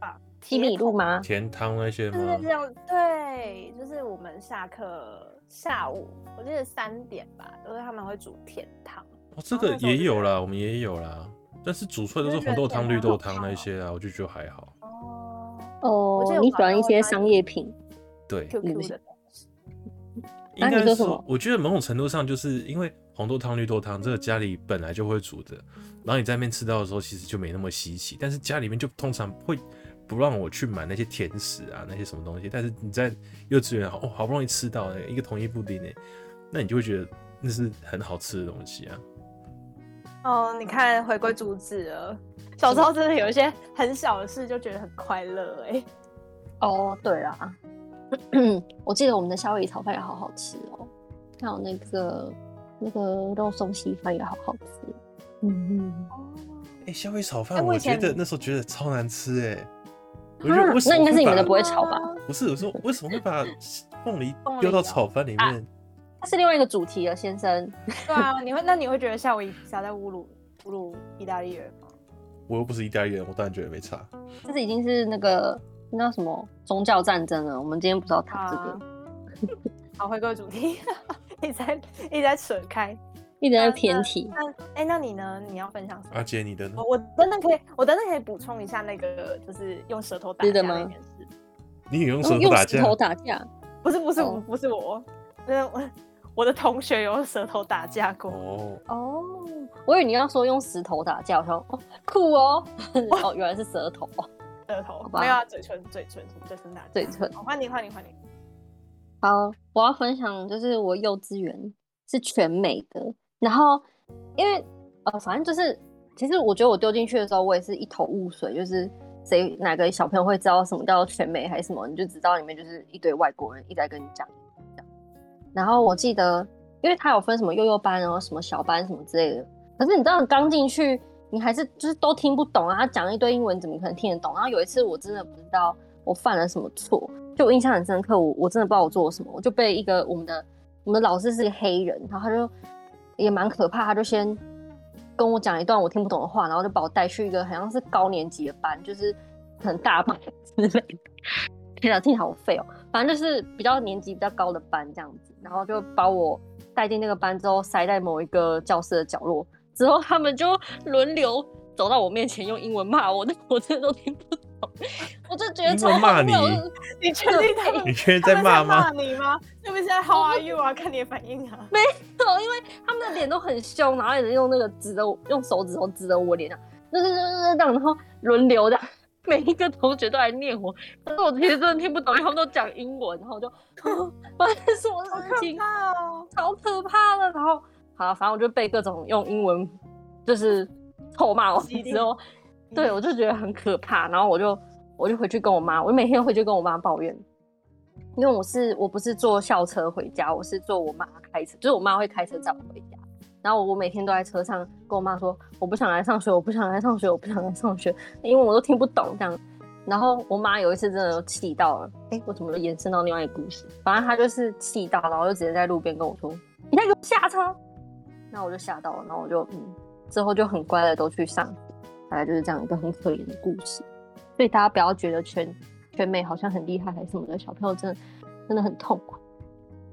[SPEAKER 1] 啊，
[SPEAKER 3] 西米露
[SPEAKER 1] 吗？
[SPEAKER 3] 吗？
[SPEAKER 2] 甜汤那些
[SPEAKER 1] 就是
[SPEAKER 2] 吗
[SPEAKER 1] 这？样，对，就是我们下课下午，我记得三点吧，都是他们会煮甜汤，
[SPEAKER 2] 哦，这个也有啦，我们也有啦，但是煮出来都是红豆汤、
[SPEAKER 1] 就是
[SPEAKER 2] 绿
[SPEAKER 1] 觉得
[SPEAKER 2] 豆汤那些啊，我就觉得还好。
[SPEAKER 1] 哦
[SPEAKER 3] 哦
[SPEAKER 1] 我记得，我
[SPEAKER 3] 你喜
[SPEAKER 1] 好像
[SPEAKER 3] 欢一
[SPEAKER 1] 会
[SPEAKER 3] 些
[SPEAKER 1] 发
[SPEAKER 3] 商业品，
[SPEAKER 2] 对，
[SPEAKER 1] ，QQ 的东西，
[SPEAKER 2] 应
[SPEAKER 3] 那你
[SPEAKER 2] 该
[SPEAKER 3] 说什
[SPEAKER 2] 说
[SPEAKER 3] 么，
[SPEAKER 2] 我觉得某种程度上就是因为红豆汤、绿豆汤这个家里本来就会煮的，然后你在那边吃到的时候，其实就没那么稀奇。但是家里面就通常会不让我去买那些甜食啊，那些什么东西。但是你在幼稚园，哦，好不容易吃到、欸、一个统一布丁诶、那你就会觉得那是很好吃的东西啊。
[SPEAKER 1] 哦，你看回归主旨了。小时候真的有一些很小的事就觉得很快乐哎、
[SPEAKER 3] 哦，对啦， 我记得我们的夏威夷炒饭也好好吃哦，还有那个那个肉松稀饭也好好吃。嗯
[SPEAKER 1] 哦
[SPEAKER 2] 哎、欸，夏威夷炒
[SPEAKER 1] 哎
[SPEAKER 2] 饭，
[SPEAKER 1] 我以
[SPEAKER 2] 我觉得
[SPEAKER 1] 前
[SPEAKER 2] 那时候觉得超难吃诶、我觉得
[SPEAKER 3] 嗯
[SPEAKER 2] 为，什么
[SPEAKER 3] 那应该是你们的
[SPEAKER 2] 把
[SPEAKER 3] 不会炒吧？
[SPEAKER 2] 不是，我说为什么会 把凤梨
[SPEAKER 1] 凤梨
[SPEAKER 2] 丢到
[SPEAKER 1] 哦
[SPEAKER 2] 炒饭里
[SPEAKER 3] 啊
[SPEAKER 2] 面？
[SPEAKER 3] 它是另外一个主题了，先生。
[SPEAKER 1] 对啊，你会那你会觉得夏威夷披萨在侮辱侮辱意大利人吗？
[SPEAKER 2] 我又不是意大利人，我当然觉得没差。
[SPEAKER 3] 这是已经是那个那叫什么宗教战争了。我们今天不是要谈这个，
[SPEAKER 1] 好，回归主题， 一直在一直在扯开。
[SPEAKER 3] 一直在偏题。
[SPEAKER 1] 那哎、那你呢？你要分享什么？
[SPEAKER 2] 阿杰，你的呢
[SPEAKER 3] 哦
[SPEAKER 1] 我？我等等可以，我等等可以补充一下那个，就是用舌头打
[SPEAKER 3] 是的
[SPEAKER 1] 架那
[SPEAKER 3] 吗
[SPEAKER 1] 件事。
[SPEAKER 2] 你也用舌
[SPEAKER 3] 哦用
[SPEAKER 2] 头
[SPEAKER 3] 用
[SPEAKER 2] 打
[SPEAKER 3] 石
[SPEAKER 2] 架？
[SPEAKER 3] 头打架，
[SPEAKER 1] 不是不是、
[SPEAKER 3] 哦
[SPEAKER 1] 不是我，呃我我的同学有用舌头打架过。
[SPEAKER 2] 哦，
[SPEAKER 3] 哦，我以为你要说用石头打架，我想哦酷哦， 哦原来是舌头，
[SPEAKER 1] 舌头
[SPEAKER 3] 吧
[SPEAKER 1] 没有啊，嘴唇嘴唇嘴唇打架。
[SPEAKER 3] 嘴唇。
[SPEAKER 1] 好，换你换你 换你。
[SPEAKER 3] 好，我要分享就是我幼稚园是全美的，然后因为呃，反正就是，其实我觉得我丢进去的时候，我也是一头雾水，就是谁哪个小朋友会知道什么叫全美还是什么，你就知道里面就是一堆外国人一直在跟你讲这样然后我记得，因为他有分什么幼幼班，然后什么小班什么之类的，可是你知道你刚进去，你还是就是都听不懂啊，他讲一堆英文怎么可能听得懂？然后有一次我真的不知道我犯了什么错，就我印象很深刻，我我真的不知道我做了什么，我就被一个我们的我们的老师是个黑人，然后他就也蛮可怕，他就先跟我讲一段我听不懂的话，然后就把我带去一个好像是高年级的班，就是很大班之类的。天啊，听起来好废哦。反正就是比较年级比较高的班这样子，然后就把我带进那个班之后，塞在某一个教室的角落，之后他们就轮流走到我面前用英文骂我，但我真的都听不懂。我就觉
[SPEAKER 2] 英
[SPEAKER 3] 得
[SPEAKER 2] 文
[SPEAKER 3] 超
[SPEAKER 2] 骂
[SPEAKER 3] 荒谬
[SPEAKER 2] 你
[SPEAKER 3] 我就
[SPEAKER 1] 你确定他们
[SPEAKER 2] 你确定在骂吗
[SPEAKER 1] 他？们在骂你吗？那不是在 How are you 啊？看你的反应啊。
[SPEAKER 3] 哦，因为他们的脸都很凶，然后也是用那个指着我，用手指头指着我脸啊，就是就是就是这样，然后轮流的，每一个同学都来念我，但是我其实真的听不懂，因为他们都讲英文，然后 我就发生什么
[SPEAKER 1] 好
[SPEAKER 3] 事
[SPEAKER 1] 可
[SPEAKER 3] 情，
[SPEAKER 1] 怕哦！
[SPEAKER 3] 超可怕的。然后好了，反正我就被各种用英文就是臭骂我
[SPEAKER 1] 洗礼
[SPEAKER 3] 之后，
[SPEAKER 1] 嗯
[SPEAKER 3] 对我就觉得很可怕，然后我就我就回去跟我妈，我每天回去跟我妈抱怨，因为我是我不是坐校车回家，我是坐我妈开车，就是我妈会开车载我回家，然后我每天都在车上跟我妈说，我不想来上学，我不想来上学，我不想来上学， 因为我都听不懂这样。然后我妈有一次真的气到了，哎，我怎么延伸到另外一个故事？反正她就是气到，然后就直接在路边跟我说：“你再给我下车！”然后我就吓到了，然后我就嗯，之后就很乖的都去上学大概就是这样一个很可怜的故事。所以大家不要觉得全全美好像很厉害还是什么的，小朋友真的真的很痛苦。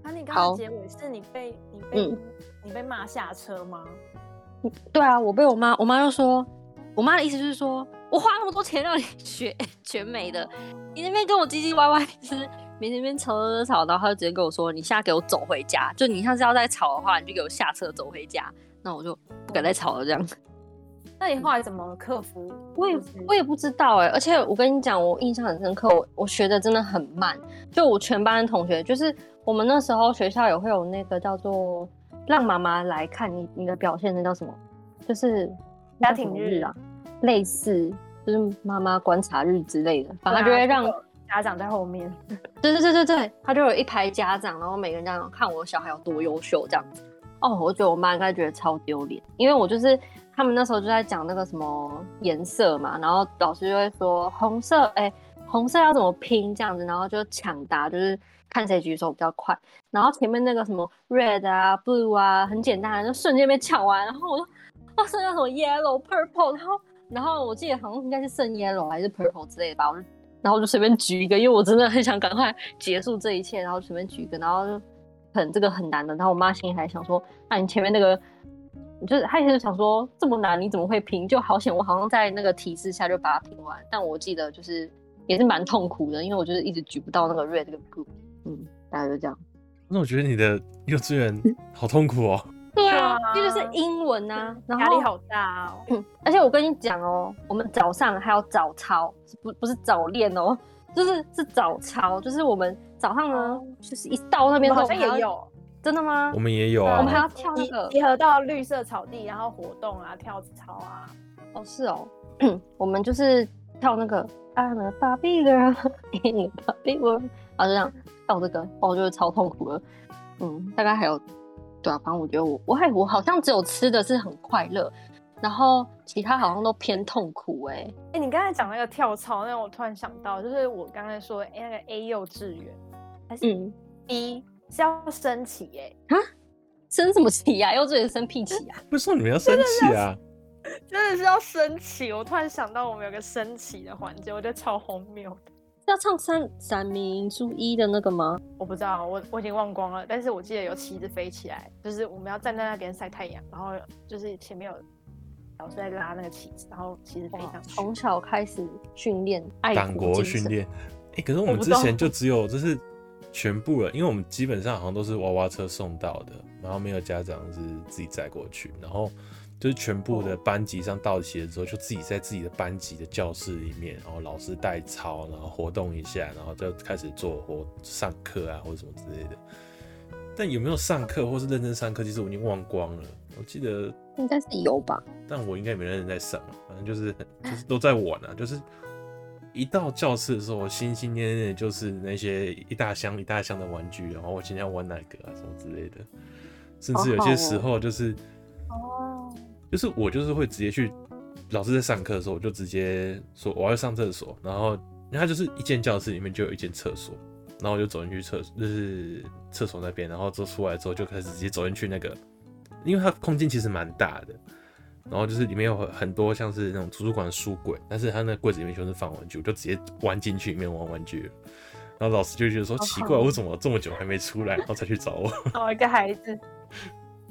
[SPEAKER 1] 那你刚
[SPEAKER 3] 好
[SPEAKER 1] 刚结尾是你被你被
[SPEAKER 3] 嗯
[SPEAKER 1] 你被骂下车吗？
[SPEAKER 3] 对啊，我被我妈，我妈就说，我妈的意思就是说我花那么多钱让你 学全美的，你那边跟我唧唧歪歪，就是每天那边吵吵吵，然后她就直接跟我说，你现在给我走回家，就你下次要再吵的话，你就给我下车走回家。那我就不敢再吵了，这样。
[SPEAKER 1] 那你后来怎么克服？
[SPEAKER 3] 我也
[SPEAKER 1] 就是
[SPEAKER 3] 我也不知道哎、而且我跟你讲，我印象很深刻，我我学的真的很慢。就我全班的同学，就是我们那时候学校也会有那个叫做让妈妈来看你你的表现，那叫什么？就是
[SPEAKER 1] 家庭
[SPEAKER 3] 叫什么
[SPEAKER 1] 日
[SPEAKER 3] 啊，类似就是妈妈观察日之类的，反正就
[SPEAKER 1] 对啊
[SPEAKER 3] 会让
[SPEAKER 1] 这个家长在后面。
[SPEAKER 3] 对对对对对，他就有一排家长，然后每个人家长看我小孩有多优秀这样子。哦，我觉得我妈应该觉得超丢脸，因为我就是他们那时候就在讲那个什么颜色嘛，然后老师就会说红色，哎，红色要怎么拼这样子，然后就抢答，就是看谁举手比较快。然后前面那个什么 red 啊、blue 啊，很简单，就瞬间被抢完。然后我就，哇，剩下什么 yellow、purple，然后然后我记得好像应该是剩 yellow 还是 purple 之类的吧，我就然后我就随便举一个，因为我真的很想赶快结束这一切，然后随便举一个，然后就很这个很难的。然后我妈心里还想说，那、你前面那个，就是她也是想说这么难你怎么会拼？就好险我好像在那个提示下就把它拼完，但我记得就是也是蛮痛苦的，因为我就是一直举不到那个 red 跟 blue，嗯，大概就这样。
[SPEAKER 2] 那我觉得你的幼稚园好痛苦哦。
[SPEAKER 3] 对
[SPEAKER 1] 啊
[SPEAKER 3] 这就是英文啊，然后
[SPEAKER 1] 压力好大哦。
[SPEAKER 3] 而且我跟你讲哦，我们早上还有早操，是不不是早练哦， 就是是早操，就是我们早上呢
[SPEAKER 1] 哦，
[SPEAKER 3] 就是一到那
[SPEAKER 1] 我们
[SPEAKER 3] 边
[SPEAKER 1] 好
[SPEAKER 3] 之
[SPEAKER 1] 像
[SPEAKER 3] 后我们还
[SPEAKER 1] 也
[SPEAKER 3] 要，
[SPEAKER 1] 有，
[SPEAKER 3] 真的吗
[SPEAKER 2] 我？们也有啊
[SPEAKER 3] 我们，还要跳那
[SPEAKER 1] 集
[SPEAKER 3] 个
[SPEAKER 1] 集合到绿色草地，然后活动啊，跳操啊。
[SPEAKER 3] 哦，是哦， 我们就是跳那个 I'm a Barbie girl in a Barbie world，然后就这样跳这个，哦，就是超痛苦了。嗯，大概还有，对啊，反正我觉得我我还我好像只有吃的是很快乐，然后其他好像都偏痛苦哎、
[SPEAKER 1] 哎、你刚才讲那个跳操，那我突然想到，就是我刚才说，哎、那个 A 幼稚园
[SPEAKER 3] 嗯，
[SPEAKER 1] B 是要升旗耶、
[SPEAKER 3] 生什么气呀、幼稚园生屁气呀、
[SPEAKER 2] 为什么你们要生气啊？
[SPEAKER 1] 真的是要升旗。我突然想到，我们有个升旗的环节，我觉得超荒谬的。
[SPEAKER 3] 是要唱三三民主义的那个吗？
[SPEAKER 1] 我不知道，我我已经忘光了，但是我记得有旗子飞起来，就是我们要站在那边晒太阳，然后就是前面有老师在拉那个旗子，然后旗子飞上去。
[SPEAKER 3] 从小开始训练爱
[SPEAKER 2] 党国
[SPEAKER 3] 精
[SPEAKER 2] 训
[SPEAKER 3] 神，
[SPEAKER 2] 练。哎、可是我
[SPEAKER 1] 我
[SPEAKER 2] 们
[SPEAKER 1] 不
[SPEAKER 2] 之
[SPEAKER 1] 懂
[SPEAKER 2] 前就只有就是全部人，因为我们基本上好像都是娃娃车送到的，然后没有家长是自己载过去，然后就是全部的班级上到齐了之后，就自己在自己的班级的教室里面，然后老师带操，然后活动一下，然后就开始做活上课啊或者什么之类的。但有没有上课或是认真上课，其实我已经忘光了。我记得
[SPEAKER 3] 应该是有吧？
[SPEAKER 2] 但我应该也没认真在上啊，反正就是就是都在玩啊，就是一到教室的时候，我心心念念的就是那些一大箱一大箱的玩具，然后我今天要玩哪个啊什么之类的，甚至有些时候就是
[SPEAKER 1] 哦，
[SPEAKER 2] 就是我就是会直接去老师在上课的时候，我就直接说我要上厕所，然后因为他就是一间教室里面就有一间厕所，然后我就走进去厕就是厕所那边，然后之后出来之后就开始直接走进去那个，因为它空间其实蛮大的，然后就是里面有很很多像是那种图书馆的书柜，但是它那柜子里面全是放玩具，我就直接玩进去里面玩玩具了。然后老师就觉得说
[SPEAKER 3] 好
[SPEAKER 2] 奇
[SPEAKER 3] 好哦
[SPEAKER 2] 怪，为什么这么久还没出来，然后才去找我？
[SPEAKER 1] 哦，一个孩子，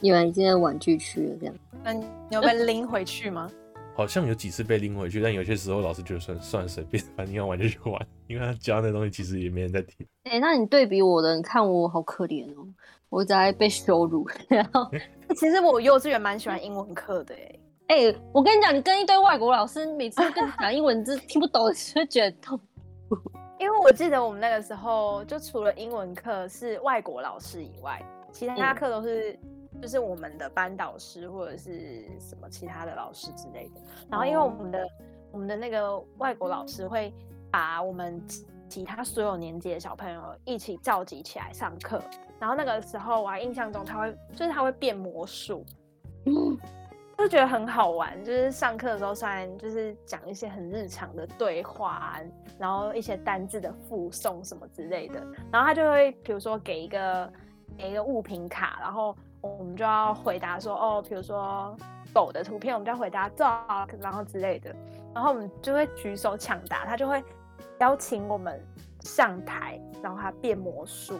[SPEAKER 3] 原来已经在玩具区了，这样
[SPEAKER 1] 那你有被拎回去吗？
[SPEAKER 2] 好像有几次被拎回去，但有些时候老师就算算随便，反正要玩就去玩，因为他教那东西其实也没人在听。
[SPEAKER 3] 哎、那你对比我的，你看我好可怜哦，我在被羞辱。 然后，
[SPEAKER 1] 其实我幼稚园蛮喜欢英文课的、欸，
[SPEAKER 3] 哎、我跟你讲，你跟一堆外国老师每次跟你讲英文，你就是听不懂，就觉得痛。
[SPEAKER 1] 因为我记得我们那个时候，就除了英文课是外国老师以外，其他
[SPEAKER 3] 嗯
[SPEAKER 1] 课都是、就是我们的班导师或者是什么其他的老师之类的。然后因为我们的、我们的那个外国老师会把我们其其他所有年级的小朋友一起召集起来上课，然后那个时候我还印象中他会就是他会变魔术，就觉得很好玩，就是上课的时候，虽然就是讲一些很日常的对话、啊，然后一些单字的附送什么之类的，
[SPEAKER 3] 嗯
[SPEAKER 1] 然后他就会比如说给一个给一个物品卡，然后我们就要回答说哦，比如说狗的图片，我们就要回答 dog，然后之类的，然后我们就会举手抢答，他就会邀请我们上台，然后他变魔术，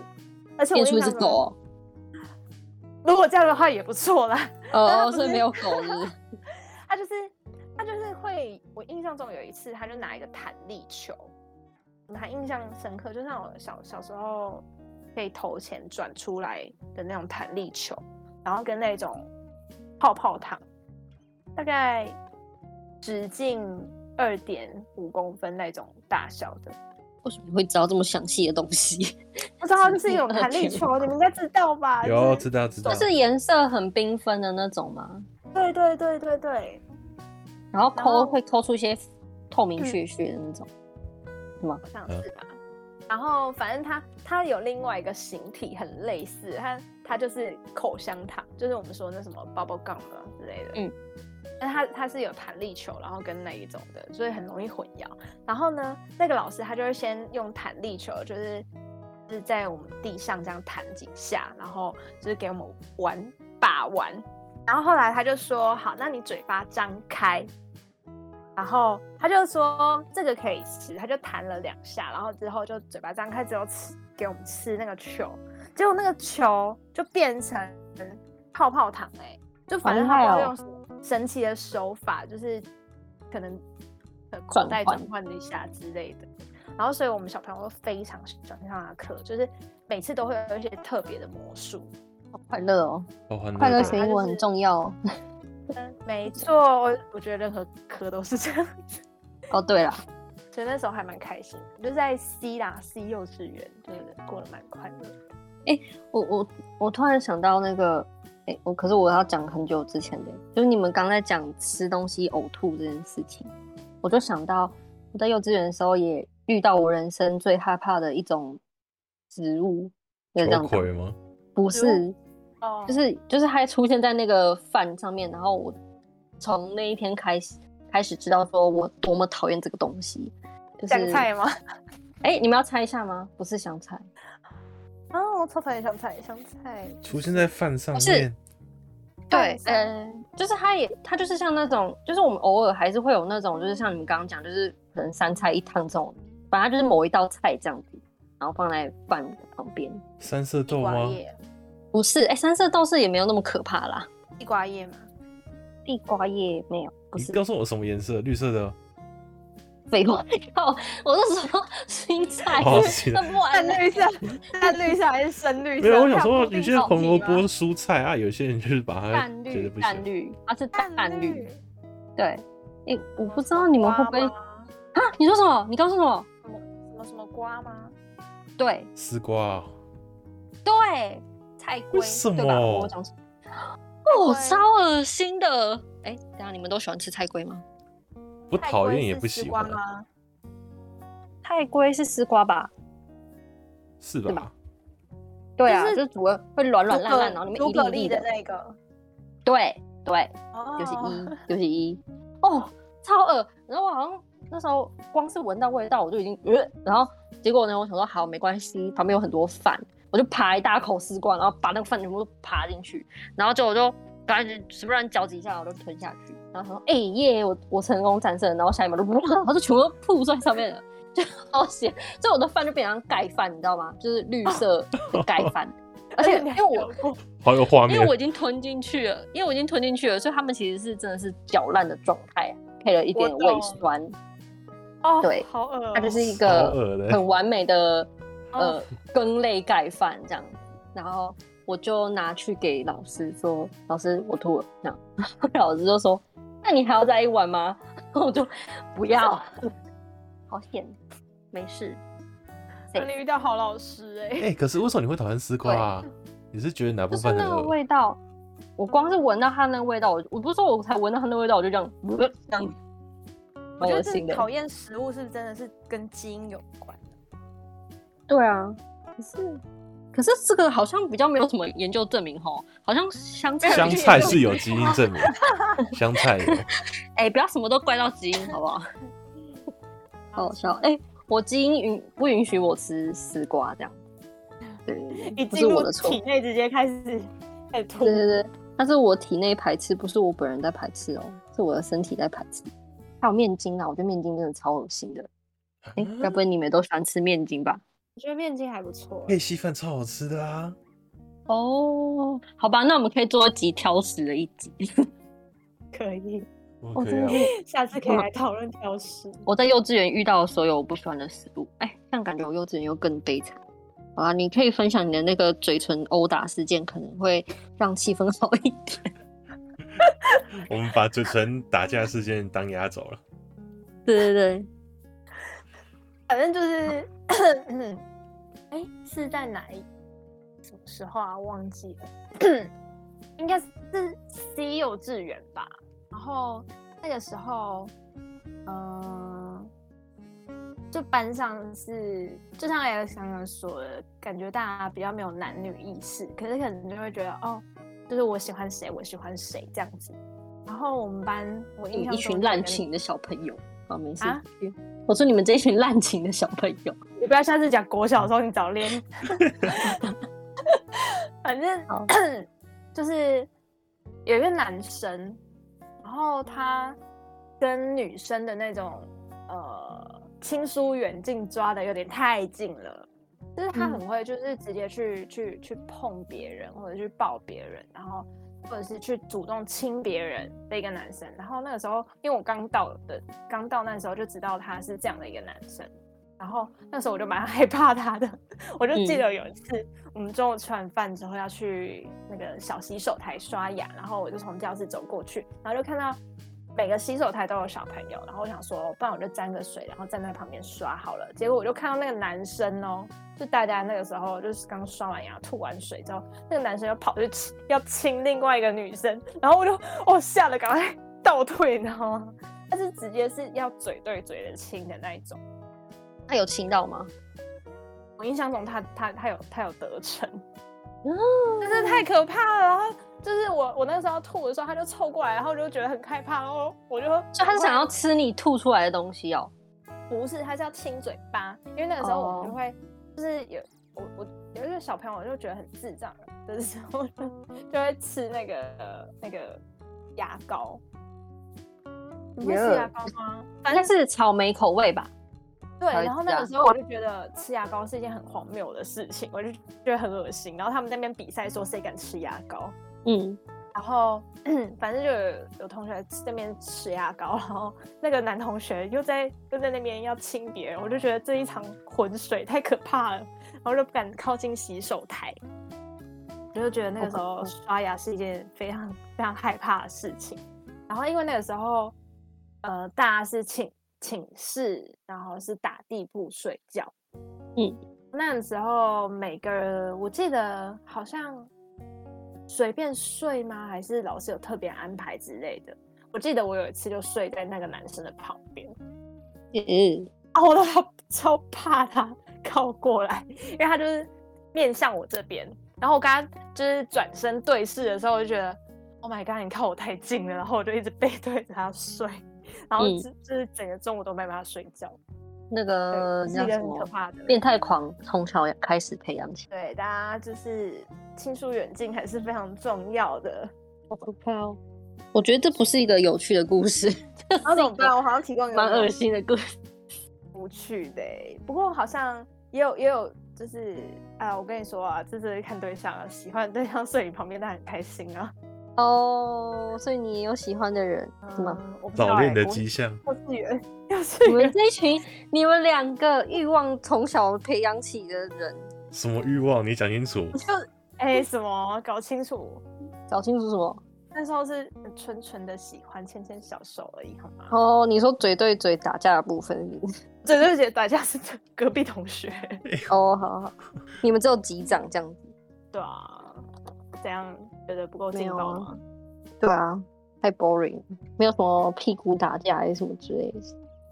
[SPEAKER 1] 而且我印
[SPEAKER 3] 变出一只
[SPEAKER 1] 象中
[SPEAKER 3] 狗
[SPEAKER 1] 如果这样的话也不错啦。
[SPEAKER 3] 哦，哦
[SPEAKER 1] 不
[SPEAKER 3] 哦，
[SPEAKER 1] 是
[SPEAKER 3] 所以没有狗是不是
[SPEAKER 1] 他就是他就是会，我印象中有一次，他就拿一个弹力球，我还印象深刻，就是那种小小时候可以投钱转出来的那种弹力球，然后跟那种泡泡糖，大概直径二点五公分那种大小的，
[SPEAKER 3] 为什么你会知道这么详细的东西？
[SPEAKER 1] 不知道它就是一种弹力球，你们应该知道吧？
[SPEAKER 2] 有
[SPEAKER 1] 就是
[SPEAKER 2] 知道知道
[SPEAKER 3] 啊就，是颜色很缤纷的那种吗？
[SPEAKER 1] 对对对对对，
[SPEAKER 3] 然后嗯
[SPEAKER 1] 然
[SPEAKER 3] 抠
[SPEAKER 1] 后
[SPEAKER 3] 会抠出一些透明血血的那种，
[SPEAKER 1] 好像是吧。然后反正它它有另外一个形体很类似，它它就是口香糖，就是我们说那什么 bubble gum 啊之类的。
[SPEAKER 3] 嗯，
[SPEAKER 1] 但它它是有弹力球，然后跟那一种的，所以很容易混淆。然后呢，那个老师他就会先用弹力球，就是就是在我们地上这样弹几下，然后就是给我们玩把玩。然后后来他就说：“好，那你嘴巴张开。”然后他就说这个可以吃，他就弹了两下，然后之后就嘴巴张开，只有吃给我们吃那个球，结果那个球就变成泡泡糖哎、就反正
[SPEAKER 3] 好厉
[SPEAKER 1] 他要
[SPEAKER 3] 害哦
[SPEAKER 1] 用什么神奇的手法，就是可能呃口
[SPEAKER 3] 转
[SPEAKER 1] 袋
[SPEAKER 3] 换
[SPEAKER 1] 转换了一下之类的。然后，所以我们小朋友都非常喜欢上他的课，就是每次都会有一些特别的魔术。
[SPEAKER 3] 好快乐哦！
[SPEAKER 2] 哦，很
[SPEAKER 3] 快乐
[SPEAKER 2] 热
[SPEAKER 3] 学英文很重要哦。
[SPEAKER 1] 嗯，没错，我我觉得任何科都是这样子，
[SPEAKER 3] 哦，对了，
[SPEAKER 1] 所以那时候还蛮开心的，就在 C 啦 C 幼稚园，就是过得蛮快乐的。
[SPEAKER 3] 我我我突然想到那个，哎、我可是我要讲很久之前的，就是你们刚才讲吃东西呕吐这件事情，我就想到我在幼稚园的时候也遇到我人生最害怕的一种植物，应该这样
[SPEAKER 2] 头
[SPEAKER 3] 讲
[SPEAKER 2] 盔吗？
[SPEAKER 3] 不
[SPEAKER 1] 植物
[SPEAKER 3] 是，
[SPEAKER 1] 哦
[SPEAKER 3] 就，是就是它出现在那个饭上面，然后我从那一天开始开始知道说我多么讨厌这个东西。就是
[SPEAKER 1] 香菜吗？
[SPEAKER 3] 哎、你们要猜一下吗？不是香菜，
[SPEAKER 1] 哦，我超讨厌香菜，香菜。
[SPEAKER 2] 出现在饭上
[SPEAKER 3] 是
[SPEAKER 2] 面，
[SPEAKER 1] 对
[SPEAKER 3] 呃，就是它也它就是像那种，就是我们偶尔还是会有那种，就是像你们刚刚讲，就是可能三菜一汤这种，反正它就是某一道菜这样子，然后放在饭旁边。
[SPEAKER 2] 三色豆
[SPEAKER 1] 地瓜
[SPEAKER 2] 吗？
[SPEAKER 1] 叶，
[SPEAKER 3] 不是，哎、三色豆是也没有那么可怕啦，
[SPEAKER 1] 地瓜叶 嘛，
[SPEAKER 3] 地瓜叶没有，不
[SPEAKER 2] 你
[SPEAKER 3] 是。
[SPEAKER 2] 告诉我什么颜色？绿色的，哦
[SPEAKER 3] 废话， 靠，我是说 青菜，
[SPEAKER 2] 哦青
[SPEAKER 3] 那
[SPEAKER 2] 菜
[SPEAKER 3] 不完了。
[SPEAKER 1] 色、淡绿色还是深绿
[SPEAKER 2] 没有。我想说，
[SPEAKER 1] 看
[SPEAKER 2] 有
[SPEAKER 1] 不
[SPEAKER 2] 些
[SPEAKER 1] 定
[SPEAKER 2] 红萝卜是蔬菜啊，有些人就是把它
[SPEAKER 3] 淡
[SPEAKER 2] 觉得
[SPEAKER 3] 绿
[SPEAKER 2] 不，
[SPEAKER 3] 淡
[SPEAKER 2] 行。
[SPEAKER 3] 绿，它是
[SPEAKER 1] 淡
[SPEAKER 3] 淡绿
[SPEAKER 1] 绿，。
[SPEAKER 3] 对。哎、我不知道你们会不会
[SPEAKER 1] 什
[SPEAKER 3] 啊？你说什么？你告诉我。
[SPEAKER 1] 么什么瓜吗？
[SPEAKER 3] 对
[SPEAKER 2] 丝瓜啊，
[SPEAKER 3] 对，菜
[SPEAKER 2] 为
[SPEAKER 3] 龟
[SPEAKER 2] 什
[SPEAKER 3] 对吧？
[SPEAKER 2] 么
[SPEAKER 3] 我讲错哦，
[SPEAKER 1] 菜龟
[SPEAKER 3] 超恶心的。哎、等一下你们都喜欢吃菜龟吗？
[SPEAKER 2] 我讨厌
[SPEAKER 1] 菜
[SPEAKER 2] 也
[SPEAKER 1] 龟
[SPEAKER 2] 不
[SPEAKER 1] 是丝
[SPEAKER 2] 喜
[SPEAKER 1] 瓜
[SPEAKER 2] 欢，
[SPEAKER 1] 吗？
[SPEAKER 3] 菜龟是丝瓜吧？
[SPEAKER 2] 是
[SPEAKER 3] 是
[SPEAKER 2] 吧
[SPEAKER 3] 吧？对
[SPEAKER 1] 就
[SPEAKER 3] 啊，
[SPEAKER 1] 是
[SPEAKER 3] 就是煮的会软软
[SPEAKER 1] 诸
[SPEAKER 3] 烂
[SPEAKER 1] 葛
[SPEAKER 3] 烂，然后里面
[SPEAKER 1] 诸
[SPEAKER 3] 一
[SPEAKER 1] 葛
[SPEAKER 3] 粒
[SPEAKER 1] 力
[SPEAKER 3] 一粒
[SPEAKER 1] 的那个，
[SPEAKER 3] 对对，
[SPEAKER 1] 哦
[SPEAKER 3] 就是一，就是一， 哦，超恶。然后我好像那时候光是闻到味道，我就已经呃，然后结果呢，我想说好没关系，旁边有很多饭，我就扒一大口丝瓜，然后把那个饭全部都扒进去，然后就我就赶紧随便乱嚼几下，我就吞下去。然后他说：“哎、耶，我我成功战胜了。”然后下一秒就，然后就全部都吐在上面了，就好险！所以我的饭就变成盖饭，你知道吗？就是绿 色的盖饭，而且因为我
[SPEAKER 1] 我
[SPEAKER 2] 好有画面
[SPEAKER 3] 因为，我已经吞进去了，因为我已经吞进去了，所以他们其实是真的是嚼烂的状态，配了一点
[SPEAKER 1] 我懂
[SPEAKER 3] 胃酸，
[SPEAKER 1] 哦，
[SPEAKER 3] 对
[SPEAKER 1] 好恶哦，
[SPEAKER 3] 它就是一
[SPEAKER 2] 好
[SPEAKER 3] 个
[SPEAKER 2] 恶的
[SPEAKER 3] 很完美的
[SPEAKER 1] 哦
[SPEAKER 3] 呃羹类盖饭这样。然后我就拿去给老师说：“老师，我吐了。”这样， 老师就说：“那你还要再一碗吗？” 我就不要，好险，没事。
[SPEAKER 1] 那你遇到好老师哎、
[SPEAKER 2] 哎、可是为什么你会讨厌丝瓜啊？你是觉得哪部
[SPEAKER 3] 就是
[SPEAKER 2] 分很
[SPEAKER 3] 那个
[SPEAKER 2] 恶？
[SPEAKER 3] 味道，我光是闻到它那个味道，我我不是说我才闻到它那个味道，我就这样，呃这样，
[SPEAKER 1] 嗯我
[SPEAKER 3] 蛮
[SPEAKER 1] 觉
[SPEAKER 3] 恶
[SPEAKER 1] 得这
[SPEAKER 3] 心的。
[SPEAKER 1] 讨厌食物是不是真的是跟基因有关？
[SPEAKER 3] 对啊，可是可是这个好像比较没有什么研究证明吼，好像香菜
[SPEAKER 2] 香
[SPEAKER 1] 这个
[SPEAKER 2] 菜是有基因证 明，香菜 有。
[SPEAKER 3] 哎、不要什么都怪到基因好不好？好好笑哎、我基因允不允许我吃丝瓜这样？对对
[SPEAKER 1] 一
[SPEAKER 3] 对，不
[SPEAKER 1] 进
[SPEAKER 3] 是我
[SPEAKER 1] 入
[SPEAKER 3] 的错
[SPEAKER 1] 体，内直接开始开始吐
[SPEAKER 3] 对，对对，那是我体内排斥，不是我本人在排斥哦，是我的身体在排斥。还有面筋啊，我觉得面筋真的超恶心的。哎、该不会你们都喜欢吃面筋吧？
[SPEAKER 1] 我觉得面筋还不 错
[SPEAKER 2] 配稀饭超好吃的啊！
[SPEAKER 3] 哦，好吧，那我们可以做一集挑食的一集。
[SPEAKER 1] 可以，
[SPEAKER 2] 我
[SPEAKER 3] 我
[SPEAKER 2] 可以
[SPEAKER 3] 哦真
[SPEAKER 2] 啊
[SPEAKER 3] 的，是，
[SPEAKER 1] 下次可以来讨论挑食。
[SPEAKER 3] 我在幼稚园遇到所有我不喜欢的食物，哎，这样感觉我幼稚园又更悲惨。好啊，你可以分享你的那个嘴唇殴打事件，可能会让气氛好一点。
[SPEAKER 2] 我们把嘴唇打架事件当压轴了。
[SPEAKER 3] 对对对，
[SPEAKER 1] 反正就是， 哎、是在哪一什么时候啊？忘记了， 应该是 C 幼稚园吧。然后那个时候，呃，就班上是，就像 Alex 刚刚说的，感觉大家比较没有男女意识，可是可能就会觉得，哦，就是我喜欢谁，我喜欢谁这样子。然后我们班，我印象
[SPEAKER 3] 嗯一群
[SPEAKER 1] 中
[SPEAKER 3] 滥
[SPEAKER 1] 有个
[SPEAKER 3] 情的小朋友啊，没事
[SPEAKER 1] 啊。
[SPEAKER 3] 继续我说你们这一群滥情的小朋友，
[SPEAKER 1] 你不要下次讲国小的时候你早恋。反正
[SPEAKER 3] 好
[SPEAKER 1] 就是有一个男生，然后他跟女生的那种呃亲疏远近抓的有点太近了，就是他
[SPEAKER 3] 嗯
[SPEAKER 1] 很会就是直接去去去碰别人或者去抱别人，然后或者是去主动亲别人的一个男生。然后那个时候，因为我刚到的，刚到那时候就知道他是这样的一个男生。然后那时候我就蛮 害怕他的，我就记
[SPEAKER 3] 嗯
[SPEAKER 1] 得有一次我们中午吃完饭之后要去那个小洗手台刷牙，然后我就从教室走过去，然后就看到每个洗手台都有小朋友，然后我想说，不然我就沾个水，然后站在旁边刷好了。结果我就看到那个男生哦，就大家那个时候就是刚刷完牙、吐完水之后，那个男生又跑去亲要亲另外一个女生，然后我就哦吓得赶快倒退，你知道吗？他是直接是要嘴对嘴的亲的那一种。
[SPEAKER 3] 他有亲到吗？
[SPEAKER 1] 我印象中他他他有他有得 逞，
[SPEAKER 3] 哦
[SPEAKER 1] 真是太可怕了。然后就是我我那时候吐的时候，他就凑过来，然后我就觉得很害怕，然后我就
[SPEAKER 3] 所以他是想要吃你吐出来的东西哦。
[SPEAKER 1] 不是，他是要亲嘴巴，因为那个时候我们就
[SPEAKER 3] 哦
[SPEAKER 1] 会、就是有我我有一个小朋友我就觉得很智障的时候，就就会吃那个那个牙膏。你会吃牙膏吗？
[SPEAKER 3] 应该是草莓口味吧？
[SPEAKER 1] 对，
[SPEAKER 3] 才会
[SPEAKER 1] 然后
[SPEAKER 3] 吃
[SPEAKER 1] 那
[SPEAKER 3] 啊
[SPEAKER 1] 个时候我就觉得吃牙膏是一件很荒谬的事情，我就觉得很恶心。然后他们在那边比赛说谁敢吃牙膏，
[SPEAKER 3] 嗯，
[SPEAKER 1] 然后 反正就有有同学在那边吃牙膏，然后那个男同学又在又在那边要亲别人，我就觉得这一场浑水太可怕了，然后就不敢靠近洗手台。我就觉得那个时候刷牙是一件非常非常害怕的事情。然后因为那个时候，呃，大家是寝寝室，然后是打地铺睡觉。
[SPEAKER 3] 嗯，
[SPEAKER 1] 那个时候每个人我记得好像随便睡吗？还是老师有特别安排之类的？我记得我有一次就睡在那个男生的旁边，
[SPEAKER 3] 嗯，
[SPEAKER 1] 啊，我都 好超怕他靠过来，因为他就是面向我这边，然后我跟他就是转身对视的时候，我就觉得 Oh my god，你靠我太近了，然后我就一直背对着他睡，然后
[SPEAKER 3] 嗯
[SPEAKER 1] 就就是整个中午都没办法睡觉，
[SPEAKER 3] 那
[SPEAKER 1] 对
[SPEAKER 3] 个
[SPEAKER 1] 这是
[SPEAKER 3] 叫
[SPEAKER 1] 一个
[SPEAKER 3] 什
[SPEAKER 1] 很可
[SPEAKER 3] 么？
[SPEAKER 1] 怕的。
[SPEAKER 3] 变态狂从小开始培养起来。
[SPEAKER 1] 对，大家就是亲疏远近还是非常重要 的。
[SPEAKER 3] 好可怕哦！我觉得这不是一个有趣的故事，
[SPEAKER 1] 然后怎么办？我好像提供一个
[SPEAKER 3] 蛮恶心的故事。
[SPEAKER 1] 无趣的欸、不过好像也有也有，就是啊，我跟你说啊，这是看对象啊，喜欢的对象睡你旁边，他很开心啊。
[SPEAKER 3] 哦，所以你有喜欢的人是吗？
[SPEAKER 1] 嗯我不知道
[SPEAKER 2] 早恋
[SPEAKER 1] 欸
[SPEAKER 2] 的
[SPEAKER 1] 国
[SPEAKER 2] 迹象，
[SPEAKER 1] 幼稚园，幼稚
[SPEAKER 3] 你们
[SPEAKER 1] 园，
[SPEAKER 3] 这一群，你们两个欲望从小培养起的人，
[SPEAKER 2] 什么欲望？你讲清楚。
[SPEAKER 1] 哎、什么？搞清楚，
[SPEAKER 3] 搞清楚什 么？
[SPEAKER 1] 那时候是纯纯的喜欢牵牵小手而已，好吗？
[SPEAKER 3] 哦，你说嘴对嘴打架的部分是不 是
[SPEAKER 1] 对对对，打架是隔壁同学，
[SPEAKER 3] 哦，好好，你们只有几掌这样子？
[SPEAKER 1] 对啊，怎样觉得不够
[SPEAKER 3] 没
[SPEAKER 1] 劲
[SPEAKER 3] 有
[SPEAKER 1] 爆
[SPEAKER 3] 啊
[SPEAKER 1] 吗？
[SPEAKER 3] 对啊，太 boring，没有什么屁股打架还是什么之类的。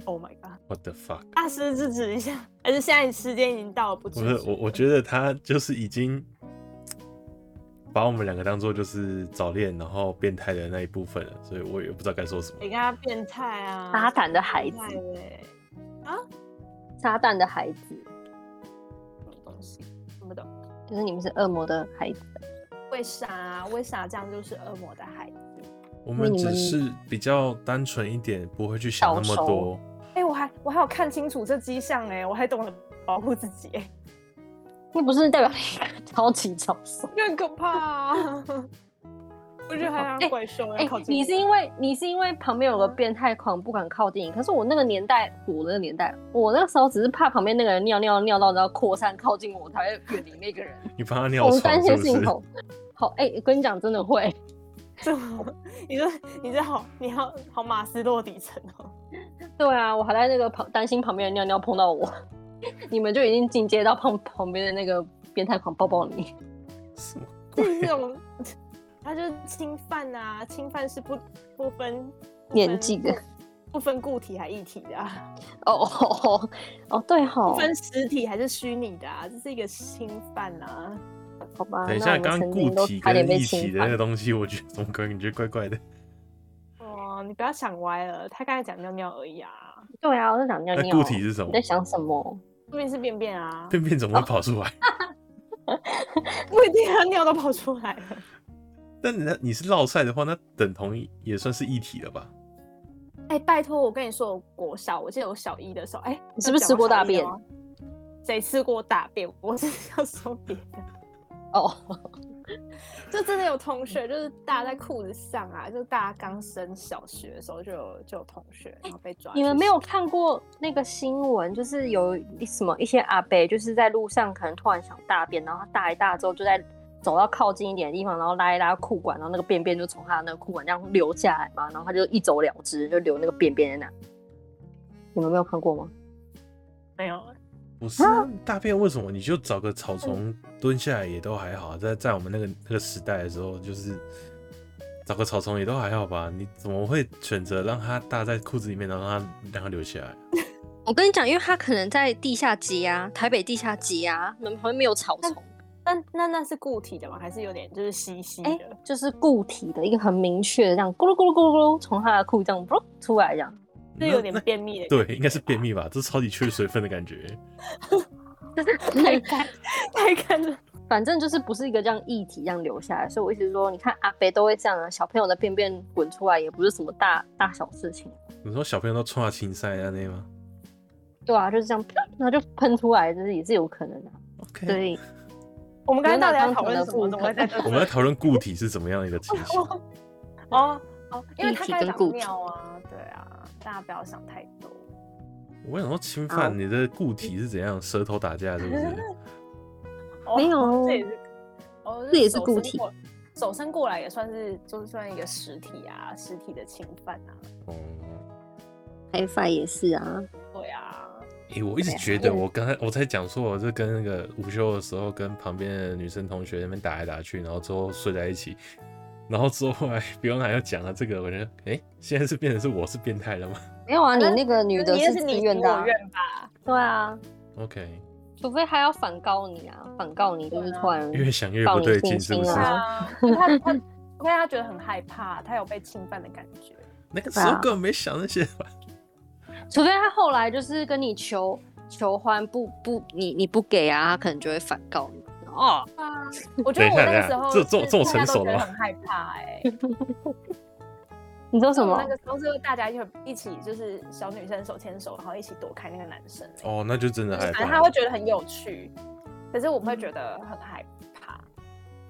[SPEAKER 1] Oh my god！
[SPEAKER 2] What the fuck？
[SPEAKER 1] 大师制止一下，还是现在时间已经到了，不制
[SPEAKER 2] 不
[SPEAKER 1] 止
[SPEAKER 2] 是
[SPEAKER 1] 了？
[SPEAKER 2] 我，我觉得他就是已经把我们两个当做就是早恋，然后变态的那一部分了，所以我也不知道该说什么
[SPEAKER 1] 你。跟他变态啊！
[SPEAKER 3] 撒旦的孩子
[SPEAKER 1] 变态欸嘞，
[SPEAKER 3] 撒旦的孩子，
[SPEAKER 1] 什么东西？听不懂。
[SPEAKER 3] 就是你们是恶魔的孩子。
[SPEAKER 1] 为啥、啊？为啥这样就是恶魔的孩子？
[SPEAKER 2] 我们只是比较单纯一点，不会去想那么
[SPEAKER 3] 早熟
[SPEAKER 2] 多。
[SPEAKER 1] 哎、我还我还有看清楚这迹象哎、我还懂得保护自己、哎，
[SPEAKER 3] 那不是代表你超级早熟？
[SPEAKER 1] 这很可怕啊！我觉得还像怪兽要
[SPEAKER 3] 哎、
[SPEAKER 1] 靠近
[SPEAKER 3] 你
[SPEAKER 1] 我
[SPEAKER 3] 是因为你是因为旁边有个变态狂不敢靠近你，可是我那个年代，我那个年代，我那时候只是怕旁边那个人尿尿尿到然后扩散靠近我，才会远离那个人。
[SPEAKER 2] 你帮 他尿
[SPEAKER 3] 我们
[SPEAKER 2] 床
[SPEAKER 3] 单
[SPEAKER 2] 是
[SPEAKER 3] 线
[SPEAKER 2] 不
[SPEAKER 3] 性
[SPEAKER 2] 是？
[SPEAKER 3] 头，好哎、跟你讲真的会，
[SPEAKER 1] 这么， 你这你这好，你好好马斯洛底层哦。
[SPEAKER 3] 对啊，我还在那个旁担心旁边的尿尿碰到我， 你们就已经进阶到旁旁边的那个变态狂抱抱你。
[SPEAKER 2] 什么
[SPEAKER 1] 这种，他就是侵犯啊，侵犯是不不分不分
[SPEAKER 3] 年纪的
[SPEAKER 1] 不分固体还一体的、啊，
[SPEAKER 3] 哦哦哦哦，对
[SPEAKER 1] 不
[SPEAKER 3] 吼，
[SPEAKER 1] 分实体还是虚拟的啊，这是一个侵犯啊。
[SPEAKER 3] 好吧，
[SPEAKER 2] 等一
[SPEAKER 3] 那
[SPEAKER 2] 下，
[SPEAKER 3] 我们
[SPEAKER 2] 刚刚
[SPEAKER 3] 曾
[SPEAKER 2] 固
[SPEAKER 3] 经都
[SPEAKER 2] 体
[SPEAKER 3] 差点
[SPEAKER 2] 跟
[SPEAKER 3] 被
[SPEAKER 2] 液体
[SPEAKER 3] 侵
[SPEAKER 2] 的那个
[SPEAKER 3] 犯。
[SPEAKER 2] 东西，我觉得怎么感觉怪 怪的？
[SPEAKER 1] 哦，你不要想歪了，他刚才讲尿尿而已啊，
[SPEAKER 3] 对啊，我在讲尿
[SPEAKER 2] 那
[SPEAKER 3] 尿。
[SPEAKER 2] 呃固体是什么
[SPEAKER 3] 你在？想什么？
[SPEAKER 1] 说明是便便啊，
[SPEAKER 2] 便便怎
[SPEAKER 3] 哦
[SPEAKER 2] 么会跑出来？
[SPEAKER 1] 不一定啊，尿都跑出来了。
[SPEAKER 2] 但你那你是落塞的话，那等同于也算是液体了吧？
[SPEAKER 1] 哎、拜托，我跟你说，我国小，我记得我小一的时候，哎、
[SPEAKER 3] 你是不是吃过大便
[SPEAKER 1] 要讲我小一了吗？谁吃过大便？我是要说别的。
[SPEAKER 3] 哦，
[SPEAKER 1] 就真的有同学就是搭在裤子上啊，就大家刚升小学的时候就有就有同学然后被抓去。
[SPEAKER 3] 你们没有看过那个新闻，就是有一什么一些阿伯，就是在路上可能突然想大便，然后他大一大之后就在走到靠近一点的地方，然后拉一拉裤管，然后那个便便就从他那个裤管这样流下来嘛，然后他就一走了之，就留那个便便在那。你们没有看过吗？
[SPEAKER 1] 没有？
[SPEAKER 2] 不是啊大便，为什么你就找个
[SPEAKER 1] 嗯
[SPEAKER 2] 草丛蹲下来也都还好？在在我们那个那个时代的时候，就是找个草丛也都还好吧？你怎么会选择让它搭在裤子里面，然后让它让它流下来？
[SPEAKER 3] 我跟你讲，因为他可能在地下街啊，台北地下街啊，那旁边没有草丛，
[SPEAKER 1] 那那那是固体的吗？还是有点就是稀稀
[SPEAKER 3] 哎、
[SPEAKER 1] 的？
[SPEAKER 3] 就是固体的一个很明确的这样咕噜咕噜咕噜咕噜从他的裤这样噗出来这样。
[SPEAKER 1] 就有点便秘的。
[SPEAKER 2] 对， 应该是便。秘吧？这超级缺水分的感觉。
[SPEAKER 1] 太干，太干了。
[SPEAKER 3] 反正就是不是一个这样液体这样流下来，所以我一直说，你看阿北都会这样啊，小朋友的便便滚出来也不是什么大大小事情，
[SPEAKER 2] 你说小朋友都穿了青塞啊那吗
[SPEAKER 3] 对啊，就是这样，啪然后就喷出来，就是也是有可能的、啊。所
[SPEAKER 2] ？OK，
[SPEAKER 3] 以
[SPEAKER 1] 我们刚才到底要讨论
[SPEAKER 3] 有点
[SPEAKER 1] 什么？怎
[SPEAKER 3] 当头
[SPEAKER 1] 么
[SPEAKER 3] 的
[SPEAKER 1] 会在
[SPEAKER 2] 我们要讨论固体是怎么样的一个情 形。
[SPEAKER 1] 哦哦，因为他
[SPEAKER 3] 液体
[SPEAKER 1] 刚才
[SPEAKER 3] 跟
[SPEAKER 1] 讲
[SPEAKER 3] 固体
[SPEAKER 1] 尿啊，对啊，大家不要想太多。
[SPEAKER 2] 我想说侵犯你的固体是怎样？舌头打架 是不是？
[SPEAKER 1] 哦
[SPEAKER 3] 没有
[SPEAKER 1] 这也是，哦，
[SPEAKER 3] 这也是
[SPEAKER 1] 手
[SPEAKER 3] 固
[SPEAKER 1] 伸
[SPEAKER 3] 体
[SPEAKER 1] 过。手伸过来也算是，就是算一个实体啊，实体的侵犯啊，
[SPEAKER 2] 哦，
[SPEAKER 3] HiFi 也是啊，
[SPEAKER 1] 对啊，
[SPEAKER 2] 诶、我一直觉得我刚才我才讲说，我是跟那个午休的时候跟旁边的女生同学那边打来打去，然后之后睡在一起，然后之后后来 不用还要讲了这个，我觉得诶、现在是变成是我是变态了吗
[SPEAKER 3] 没有啊，你
[SPEAKER 1] 那
[SPEAKER 3] 那个女的
[SPEAKER 1] 你也是
[SPEAKER 3] 自
[SPEAKER 1] 你
[SPEAKER 3] 愿
[SPEAKER 1] 情
[SPEAKER 3] 的、
[SPEAKER 1] 我
[SPEAKER 3] 啊，
[SPEAKER 1] 愿吧？
[SPEAKER 3] 对啊，
[SPEAKER 2] ？OK，
[SPEAKER 3] 除非他要反告你啊，反告你就是突然
[SPEAKER 2] 越想越
[SPEAKER 3] 告
[SPEAKER 2] 不
[SPEAKER 3] 你
[SPEAKER 2] 对
[SPEAKER 3] 性
[SPEAKER 2] 劲，是不
[SPEAKER 3] 侵
[SPEAKER 2] 是？
[SPEAKER 1] 对
[SPEAKER 3] 啊，
[SPEAKER 1] 啊，因为他他，因为他觉得很害怕，他有被侵犯的感觉。
[SPEAKER 2] 那个时候根本没想那些吧。
[SPEAKER 3] 除非他后来就是跟你求求欢不不你你不给啊，他可能就会反告你哦。
[SPEAKER 1] 啊，我觉得
[SPEAKER 2] 等一
[SPEAKER 1] 我
[SPEAKER 2] 下
[SPEAKER 1] 那个
[SPEAKER 2] 等一
[SPEAKER 1] 时
[SPEAKER 2] 下
[SPEAKER 1] 候
[SPEAKER 2] 这
[SPEAKER 1] 是大
[SPEAKER 2] 这这么
[SPEAKER 1] 家
[SPEAKER 2] 成
[SPEAKER 1] 都
[SPEAKER 2] 熟
[SPEAKER 1] 觉得
[SPEAKER 2] 了吗
[SPEAKER 1] 很害怕哎、
[SPEAKER 3] 你说
[SPEAKER 1] 为
[SPEAKER 3] 什么
[SPEAKER 1] 那？个时候就是大家就一起就是小女生手牵手，然后一起躲开那个男生、欸。
[SPEAKER 2] 哦，那就真的
[SPEAKER 1] 就是
[SPEAKER 2] 害
[SPEAKER 1] 反正
[SPEAKER 2] 怕
[SPEAKER 1] 他会。觉得很有趣，可是我们会觉得很害怕。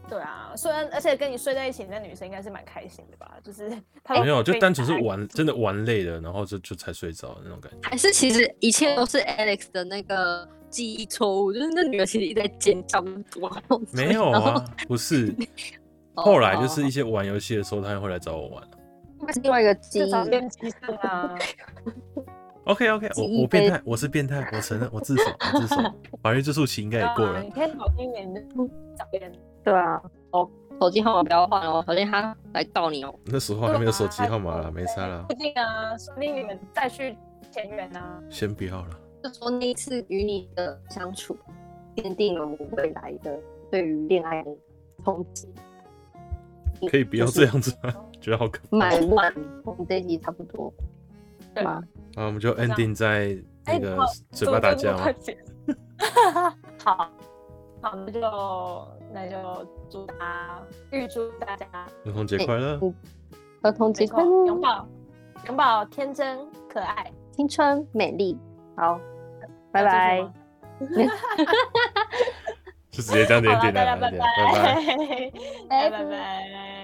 [SPEAKER 1] 对啊，虽然而且跟你睡在一起那女生应该是蛮开心的吧？就是她
[SPEAKER 2] 哦没有，就单纯是玩，真的玩累了，然后就就才睡着那种感觉。
[SPEAKER 3] 还是其实一切都是 Alex 的那个记忆错误，就是那女的其实一直在尖叫跟躲。
[SPEAKER 2] 没有
[SPEAKER 3] 然后
[SPEAKER 2] 啊，不是。
[SPEAKER 3] 哦
[SPEAKER 2] 后来就是一些玩游戏的时候，他也会来找我玩。
[SPEAKER 3] 那是另外一个记
[SPEAKER 1] 至
[SPEAKER 3] 忆。
[SPEAKER 1] 少练机上 啊，
[SPEAKER 2] OK OK，
[SPEAKER 3] 记忆
[SPEAKER 2] 我我变
[SPEAKER 3] 被
[SPEAKER 2] 态，我是变态，我承认，我自首，我自首。法律追诉期应该也过了
[SPEAKER 1] 啊你。可以好听一点，你就找别人。
[SPEAKER 3] 对啊，哦，手机号码不要换哦，首先他来告你哦。
[SPEAKER 2] 那时候还没有手机号码了，没差了
[SPEAKER 1] 不，定啊，说不定你们再去前缘啊。
[SPEAKER 2] 先不要了。
[SPEAKER 3] 就说那一次与你的相处，奠定了我未来的对于恋爱的憧憬。
[SPEAKER 2] 可以不要这样子吗？觉得好可怕。
[SPEAKER 3] 买万，我们这一集差不多
[SPEAKER 1] 对
[SPEAKER 3] 吗？
[SPEAKER 2] 啊，我们就 ending 在那个
[SPEAKER 1] 哎
[SPEAKER 2] 嘴巴打
[SPEAKER 1] 怎
[SPEAKER 2] 架
[SPEAKER 1] 么这
[SPEAKER 2] 嘛
[SPEAKER 1] 么快。结束。 好，好，那就那就祝大家，预祝大家
[SPEAKER 2] 儿童节快乐！
[SPEAKER 3] 儿童节
[SPEAKER 1] 能
[SPEAKER 3] 快
[SPEAKER 1] 够永
[SPEAKER 3] 乐，
[SPEAKER 1] 葆永葆天真可爱。
[SPEAKER 3] 青春美丽。好，拜
[SPEAKER 1] 要
[SPEAKER 3] 拜
[SPEAKER 1] 做什么。
[SPEAKER 2] 就直接这样
[SPEAKER 1] 好了，
[SPEAKER 2] 点点
[SPEAKER 1] 哎啊大家
[SPEAKER 2] 了，
[SPEAKER 1] 拜
[SPEAKER 2] 点点
[SPEAKER 1] 拜，
[SPEAKER 2] 拜拜。
[SPEAKER 1] 拜拜。